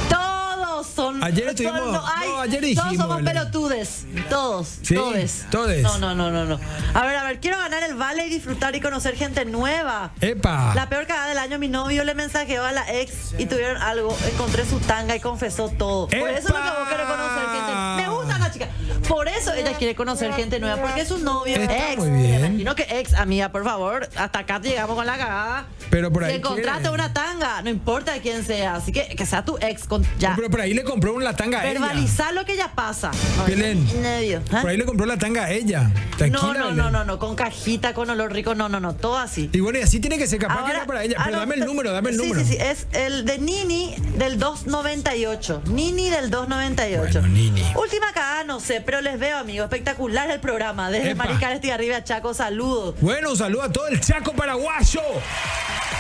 [SPEAKER 2] Todos son.
[SPEAKER 1] Ayer estuvimos-
[SPEAKER 2] todos- hay-
[SPEAKER 1] no, ayer dijimos,
[SPEAKER 2] Todos somos
[SPEAKER 1] Belén.
[SPEAKER 2] pelotudes. Todos.
[SPEAKER 1] Sí,
[SPEAKER 2] todes.
[SPEAKER 1] todes.
[SPEAKER 2] No, no, no, no, no. A ver, a ver, quiero ganar el vale y disfrutar y conocer gente nueva.
[SPEAKER 1] Epa.
[SPEAKER 2] La peor cagada del año, mi novio le mensajeó a la ex y tuvieron algo. Encontré su tanga y confesó todo. Por eso es lo que vos querés conocer gente. Me gusta la chica. Por eso ella quiere conocer gente nueva. Porque es su novio.
[SPEAKER 1] Está
[SPEAKER 2] ex.
[SPEAKER 1] muy bien.
[SPEAKER 2] Me imagino que ex, amiga, por favor. Hasta acá llegamos con la cagada.
[SPEAKER 1] Pero por ahí
[SPEAKER 2] Si encontraste
[SPEAKER 1] quiere.
[SPEAKER 2] una tanga, no importa de quién sea. Así que que sea tu ex. Con,
[SPEAKER 1] No,
[SPEAKER 2] ya.
[SPEAKER 1] Pero por ahí le compró una tanga a ella.
[SPEAKER 2] Verbalizar lo que ya pasa. Ay,
[SPEAKER 1] Belén.
[SPEAKER 2] Nervio. ¿Ah?
[SPEAKER 1] Por ahí le compró la tanga a ella. Tranquila,
[SPEAKER 2] No, no,
[SPEAKER 1] Belén.
[SPEAKER 2] no, no, no. Con cajita, con olor rico. No, no, no. Todo así.
[SPEAKER 1] Y bueno, y así tiene que ser capaz que
[SPEAKER 2] Ahora-
[SPEAKER 1] era para ella.
[SPEAKER 2] ah,
[SPEAKER 1] Pero
[SPEAKER 2] no,
[SPEAKER 1] dame el
[SPEAKER 2] te-
[SPEAKER 1] número, dame el
[SPEAKER 2] sí,
[SPEAKER 1] número.
[SPEAKER 2] Sí, sí, es el de Nini del 298. Nini del 298.
[SPEAKER 1] Bueno, Nini.
[SPEAKER 2] Última cagada, no sé, pero les veo, amigos. Espectacular el programa. Desde
[SPEAKER 1] Epa.
[SPEAKER 2] Maricar estoy arriba, Chaco, saludos.
[SPEAKER 1] Bueno, un saludo a todo el Chaco paraguayo.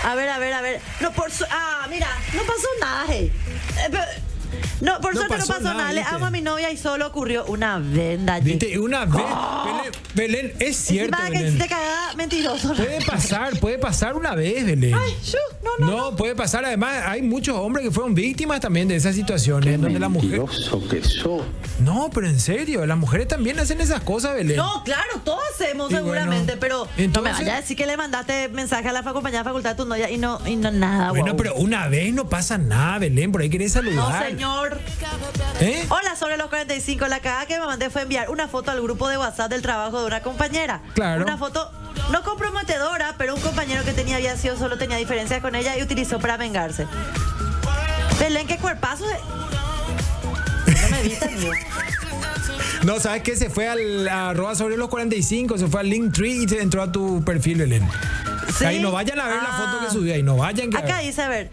[SPEAKER 2] A ver, a ver, a ver. No, por su- Ah, mira, no pasó nada, hey. Eh, pero- No, por
[SPEAKER 1] No
[SPEAKER 2] suerte
[SPEAKER 1] pasó
[SPEAKER 2] no pasó
[SPEAKER 1] nada,
[SPEAKER 2] nada. Le
[SPEAKER 1] ¿viste?
[SPEAKER 2] amo a mi novia y solo ocurrió una venda allí.
[SPEAKER 1] Viste, una vez. Belén, Belén, es cierto.
[SPEAKER 2] Encima de que
[SPEAKER 1] Belén.
[SPEAKER 2] hiciste cagada, mentiroso.
[SPEAKER 1] Puede pasar, puede pasar una vez, Belén.
[SPEAKER 2] Ay, yo, no, no,
[SPEAKER 1] No, puede pasar. Además, hay muchos hombres que fueron víctimas también de esas situaciones donde la mujer.
[SPEAKER 6] Mentiroso que sos.
[SPEAKER 1] No, pero en serio, las mujeres también hacen esas cosas, Belén.
[SPEAKER 2] No, claro, todos hacemos
[SPEAKER 1] Eh, Y
[SPEAKER 2] seguramente,
[SPEAKER 1] bueno,
[SPEAKER 2] pero no me
[SPEAKER 1] entonces-
[SPEAKER 2] vayas a decir que le mandaste mensaje a la fa- compañera de facultad de tu novia y no, y no nada,
[SPEAKER 1] Bueno,
[SPEAKER 2] guau.
[SPEAKER 1] pero una vez no pasa nada, Belén. Por ahí querés
[SPEAKER 2] No,
[SPEAKER 1] saludar.
[SPEAKER 2] señor.
[SPEAKER 1] ¿Eh?
[SPEAKER 2] Hola, sobre los 45. La cagada que me mandé fue enviar una foto al grupo de WhatsApp del trabajo de una compañera.
[SPEAKER 1] Claro.
[SPEAKER 2] Una foto no comprometedora, pero un compañero que tenía había sido solo tenía diferencias con ella y utilizó para vengarse. Belén, qué cuerpazo. de- No me viste, amigo.
[SPEAKER 1] No, ¿sabes qué? Se fue al a arroba sobre los 45, se fue al Linktree y se entró a tu perfil, Belén.
[SPEAKER 2] Sí.
[SPEAKER 1] Ahí no vayan a ver la
[SPEAKER 2] Ah.
[SPEAKER 1] foto que subí ahí, no vayan. Que
[SPEAKER 2] Acá dice, a ver.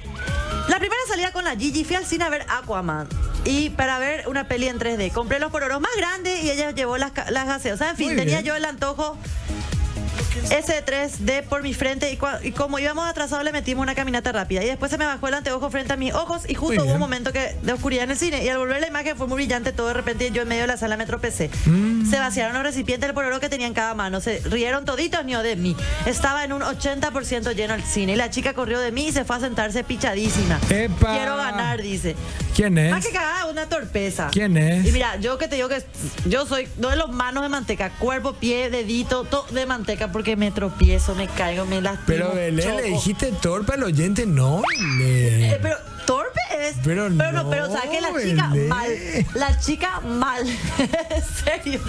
[SPEAKER 2] La primera salida con la Gigi fui al cine a ver Aquaman. Y para ver una peli en 3D. Compré los pororos más grandes y ella llevó las, ca- las gaseosas. En fin,
[SPEAKER 1] Muy
[SPEAKER 2] tenía
[SPEAKER 1] bien.
[SPEAKER 2] yo el antojo ese 3D por mi frente. Y, cua- y como íbamos atrasados, le metimos una caminata rápida. Y después se me bajó el anteojo frente a mis ojos. Y
[SPEAKER 1] Muy
[SPEAKER 2] justo hubo
[SPEAKER 1] bien.
[SPEAKER 2] un momento que, de oscuridad en el cine. Y al volver la imagen fue muy brillante. Todo de repente yo en medio de la sala me tropecé.
[SPEAKER 1] Mm.
[SPEAKER 2] Se vaciaron los recipientes del pororo que tenía en cada mano. Se rieron toditos ni de mí. Estaba en un 80% lleno el cine. Y la chica corrió de mí y se fue a sentarse pichadísima.
[SPEAKER 1] Epa.
[SPEAKER 2] Quiero ganar, dice.
[SPEAKER 1] ¿Quién es?
[SPEAKER 2] Más Ah, que cagada, una torpeza.
[SPEAKER 1] ¿Quién es?
[SPEAKER 2] Y mira, yo que te digo que yo soy no de los manos de manteca, cuerpo, pie, dedito, todo de manteca porque me tropiezo, me caigo, me lastimo.
[SPEAKER 1] Pero Belén, le
[SPEAKER 2] choco.
[SPEAKER 1] dijiste torpe al oyente, no, Belén.
[SPEAKER 2] Eh, pero torpe es.
[SPEAKER 1] Pero no,
[SPEAKER 2] pero sabes que la chica
[SPEAKER 1] Belén.
[SPEAKER 2] mal. La chica mal. *laughs* en serio.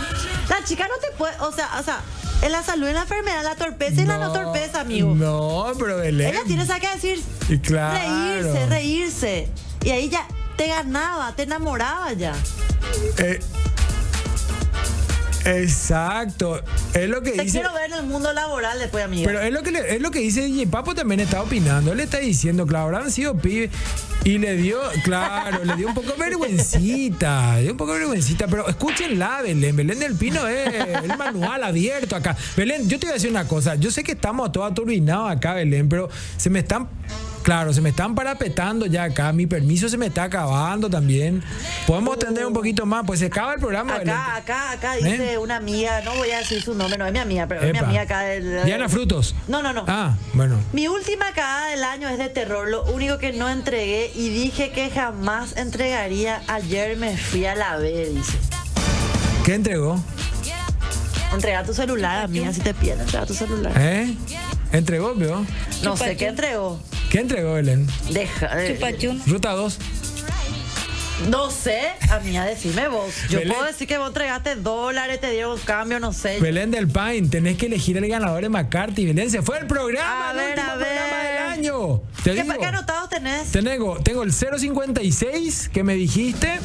[SPEAKER 2] La chica no te puede, o sea, o sea, en la salud, en la enfermedad, la torpeza y en la no torpeza, amigo.
[SPEAKER 1] No, pero Belén.
[SPEAKER 2] Ella tiene esa que decir
[SPEAKER 1] Y claro.
[SPEAKER 2] reírse, reírse. Y ahí ya te ganaba, te enamoraba ya.
[SPEAKER 1] Eh, exacto. Es lo que
[SPEAKER 2] Te
[SPEAKER 1] dice.
[SPEAKER 2] quiero ver en el mundo laboral después, amigo.
[SPEAKER 1] Pero es lo que le- es lo que dice DJ Papo también está opinando. Él está diciendo, claro, habrán sido pibe. Y le dio, claro, le dio un poco de vergüencita, le dio un poco de vergüencita, pero escúchenla, Belén. Belén del Pino es el manual abierto acá. Belén, yo te voy a decir una cosa. Yo sé que estamos todos aturbinados acá, Belén, pero se me están, claro, se me están parapetando ya acá. Mi permiso se me está acabando también. Podemos tender un poquito más, pues se acaba el programa, Belén.
[SPEAKER 2] Acá, acá, acá dice
[SPEAKER 1] ¿Eh?
[SPEAKER 2] una amiga, no voy a decir su nombre, no es mi amiga, pero es mi
[SPEAKER 1] Epa.
[SPEAKER 2] amiga acá del.
[SPEAKER 1] Diana Frutos.
[SPEAKER 2] No, no, no.
[SPEAKER 1] Ah, bueno.
[SPEAKER 2] Mi última cagada del año es de terror. Lo único que no entregué y dije que jamás entregaría. Ayer me fui a la B, dice.
[SPEAKER 1] ¿Qué entregó?
[SPEAKER 2] Entrega tu celular, amiga, si te pierdes, entrega tu celular.
[SPEAKER 1] ¿Eh? Entregó, veo.
[SPEAKER 2] No sé qué entregó.
[SPEAKER 1] ¿Qué entregó Belén?
[SPEAKER 2] Deja. de-
[SPEAKER 1] Ruta 2.
[SPEAKER 2] No sé, amiga, decime vos. Yo
[SPEAKER 1] Belén.
[SPEAKER 2] puedo decir que vos entregaste dólares, te dieron cambio, no sé.
[SPEAKER 1] Belén del Pain, tenés que elegir el ganador de McCarthy. Belén, se fue el programa,
[SPEAKER 2] A
[SPEAKER 1] el
[SPEAKER 2] ver,
[SPEAKER 1] último
[SPEAKER 2] a ver.
[SPEAKER 1] programa del año. Te
[SPEAKER 2] ¿Qué,
[SPEAKER 1] digo,
[SPEAKER 2] ¿Qué anotados tenés?
[SPEAKER 1] tengo, tengo el 056 que me dijiste.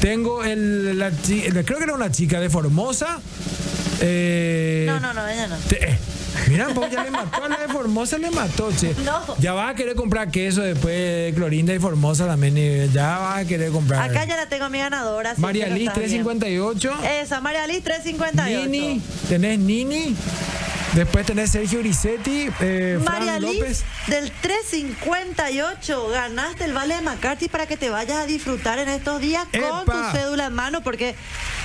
[SPEAKER 1] Tengo el. la chi- la- creo que era una chica de Formosa. Eh,
[SPEAKER 2] No, no, no, ella no.
[SPEAKER 1] te- eh, Mira, pues ya le mató a la de Formosa, le mató, che.
[SPEAKER 2] No.
[SPEAKER 1] Ya vas a querer comprar queso después de Clorinda y Formosa también. y ya vas a querer comprar.
[SPEAKER 2] Acá ya la tengo a mi ganadora. sí,
[SPEAKER 1] María
[SPEAKER 2] pero
[SPEAKER 1] Liz
[SPEAKER 2] está bien.
[SPEAKER 1] 358.
[SPEAKER 2] Esa, María Liz 358.
[SPEAKER 1] Nini, tenés Nini, después tenés Sergio Grisetti, eh,
[SPEAKER 2] María
[SPEAKER 1] Fran López.
[SPEAKER 2] Liz del 358 ganaste el vale de McCarthy para que te vayas a disfrutar en estos días con
[SPEAKER 1] ¡Epa!
[SPEAKER 2] tu cédula en mano porque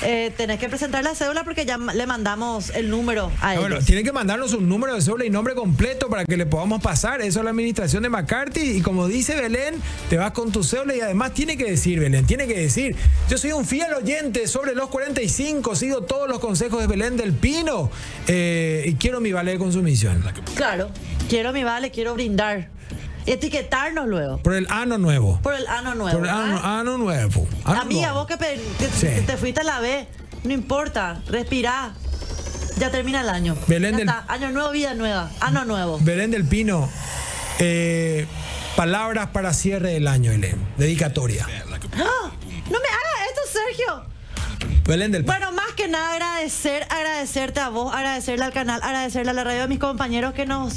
[SPEAKER 2] eh, tenés que presentar la cédula porque ya ma- le mandamos el número a
[SPEAKER 1] Ah,
[SPEAKER 2] ellos.
[SPEAKER 1] Bueno, tienen que mandarnos un número de cédula y nombre completo para que le podamos pasar eso a la administración de McCarthy. Y como dice Belén, te vas con tu cédula y además tiene que decir, Belén, tiene que decir, yo soy un fiel oyente sobre los 45, sigo todos los consejos de Belén del Pino eh, y quiero mi vale de consumición.
[SPEAKER 2] Claro, quiero mi vale, quiero brindar. Etiquetarnos luego
[SPEAKER 1] Por el ano nuevo.
[SPEAKER 2] por el ano nuevo. ¿ah?
[SPEAKER 1] Por el ano, ah,
[SPEAKER 2] ¿verdad?
[SPEAKER 1] ano nuevo. Ano
[SPEAKER 2] Amiga,
[SPEAKER 1] nuevo.
[SPEAKER 2] vos que, pe- que
[SPEAKER 1] Ah, Sí.
[SPEAKER 2] te fuiste a la B, no importa, respirá. Ya termina el año.
[SPEAKER 1] Belén
[SPEAKER 2] Ya
[SPEAKER 1] del-
[SPEAKER 2] está, Año nuevo, vida nueva. Ano nuevo.
[SPEAKER 1] Belén del Pino, eh, palabras para cierre del año, Belén. Dedicatoria.
[SPEAKER 2] ¡Ah! No me hagas esto, Sergio.
[SPEAKER 1] Belén del Pino.
[SPEAKER 2] Bueno, más que nada agradecer, agradecerte a vos, agradecerle al canal, agradecerle a la radio, a mis compañeros que nos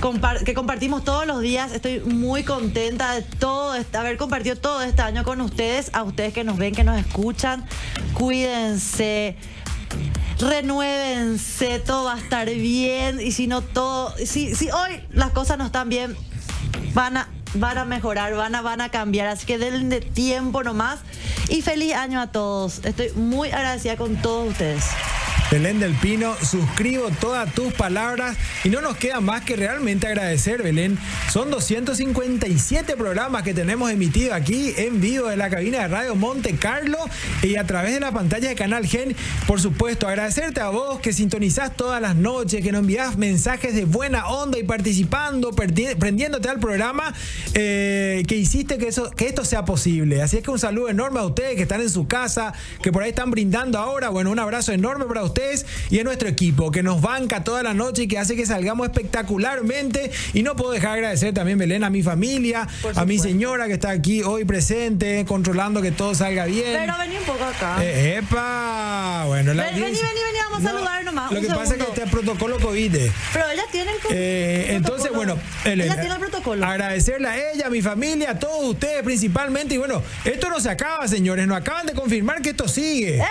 [SPEAKER 2] compar- que compartimos todos los días. Estoy muy contenta de todo este- haber compartido todo este año con ustedes, a ustedes que nos ven, que nos escuchan. Cuídense. Renuévense, todo va a estar bien. Y si no todo, si, si hoy las cosas no están bien, van a, van a mejorar, van a, van a cambiar. Así que denle tiempo nomás. Y feliz año a todos. Estoy muy agradecida con todos ustedes.
[SPEAKER 1] Belén del Pino, suscribo todas tus palabras y no nos queda más que realmente agradecer, Belén. Son 257 programas que tenemos emitido aquí en vivo de la cabina de Radio Monte Carlo y a través de la pantalla de Canal Gen. Por supuesto, agradecerte a vos que sintonizás todas las noches, que nos enviás mensajes de buena onda y participando, perti- prendiéndote al programa, eh, que hiciste que, eso, que esto sea posible. Así es que un saludo enorme a ustedes que están en su casa, que por ahí están brindando ahora. Bueno, un abrazo enorme para ustedes y a nuestro equipo que nos banca toda la noche y que hace que salgamos espectacularmente. Y no puedo dejar de agradecer también, Belén, a mi familia, a mi señora que está aquí hoy presente, controlando que todo salga bien.
[SPEAKER 2] Pero vení un poco acá.
[SPEAKER 1] Eh, ¡Epa! Bueno, la
[SPEAKER 2] Ven, vení,
[SPEAKER 1] audiencia-
[SPEAKER 2] vení, vení, vamos a saludar nomás,
[SPEAKER 1] Lo
[SPEAKER 2] un
[SPEAKER 1] que pasa es que
[SPEAKER 2] segundo.
[SPEAKER 1] este es protocolo COVID.
[SPEAKER 2] Pero ella tiene el co-
[SPEAKER 1] Eh,
[SPEAKER 2] protocolo.
[SPEAKER 1] entonces, bueno, Elena, Ah.
[SPEAKER 2] ella tiene el protocolo. ¡Eh!
[SPEAKER 1] Agradecerle a ella, a mi familia, a todos ustedes principalmente. Y bueno, esto no se acaba, señores. Nos acaban de confirmar que esto sigue.
[SPEAKER 2] ¿Eh?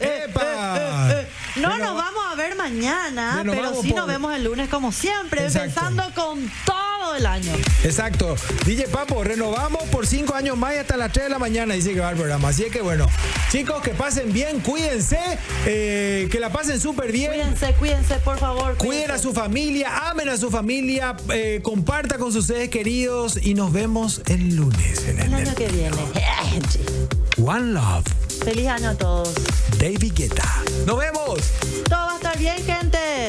[SPEAKER 1] ¡Epa!
[SPEAKER 2] No
[SPEAKER 1] Bueno,
[SPEAKER 2] nos vamos a ver mañana,
[SPEAKER 1] Bueno,
[SPEAKER 2] pero
[SPEAKER 1] vamos
[SPEAKER 2] sí
[SPEAKER 1] por-
[SPEAKER 2] nos vemos el lunes como siempre,
[SPEAKER 1] Exacto.
[SPEAKER 2] empezando con todo el año.
[SPEAKER 1] Exacto. DJ Papo, renovamos por cinco años más y hasta las 3 de la mañana dice que va el programa. Así es que bueno, chicos, que pasen bien, cuídense, eh, que la pasen súper bien.
[SPEAKER 2] Cuídense, cuídense, por favor.
[SPEAKER 1] Cuiden a
[SPEAKER 2] cuídense.
[SPEAKER 1] su familia, amen a su familia, eh, comparta con sus seres queridos y nos vemos el lunes en
[SPEAKER 2] El
[SPEAKER 1] el
[SPEAKER 2] año que viene.
[SPEAKER 1] One Love,
[SPEAKER 2] Feliz año a todos.
[SPEAKER 1] David Guetta. Nos vemos.
[SPEAKER 2] Todo va a estar bien, gente.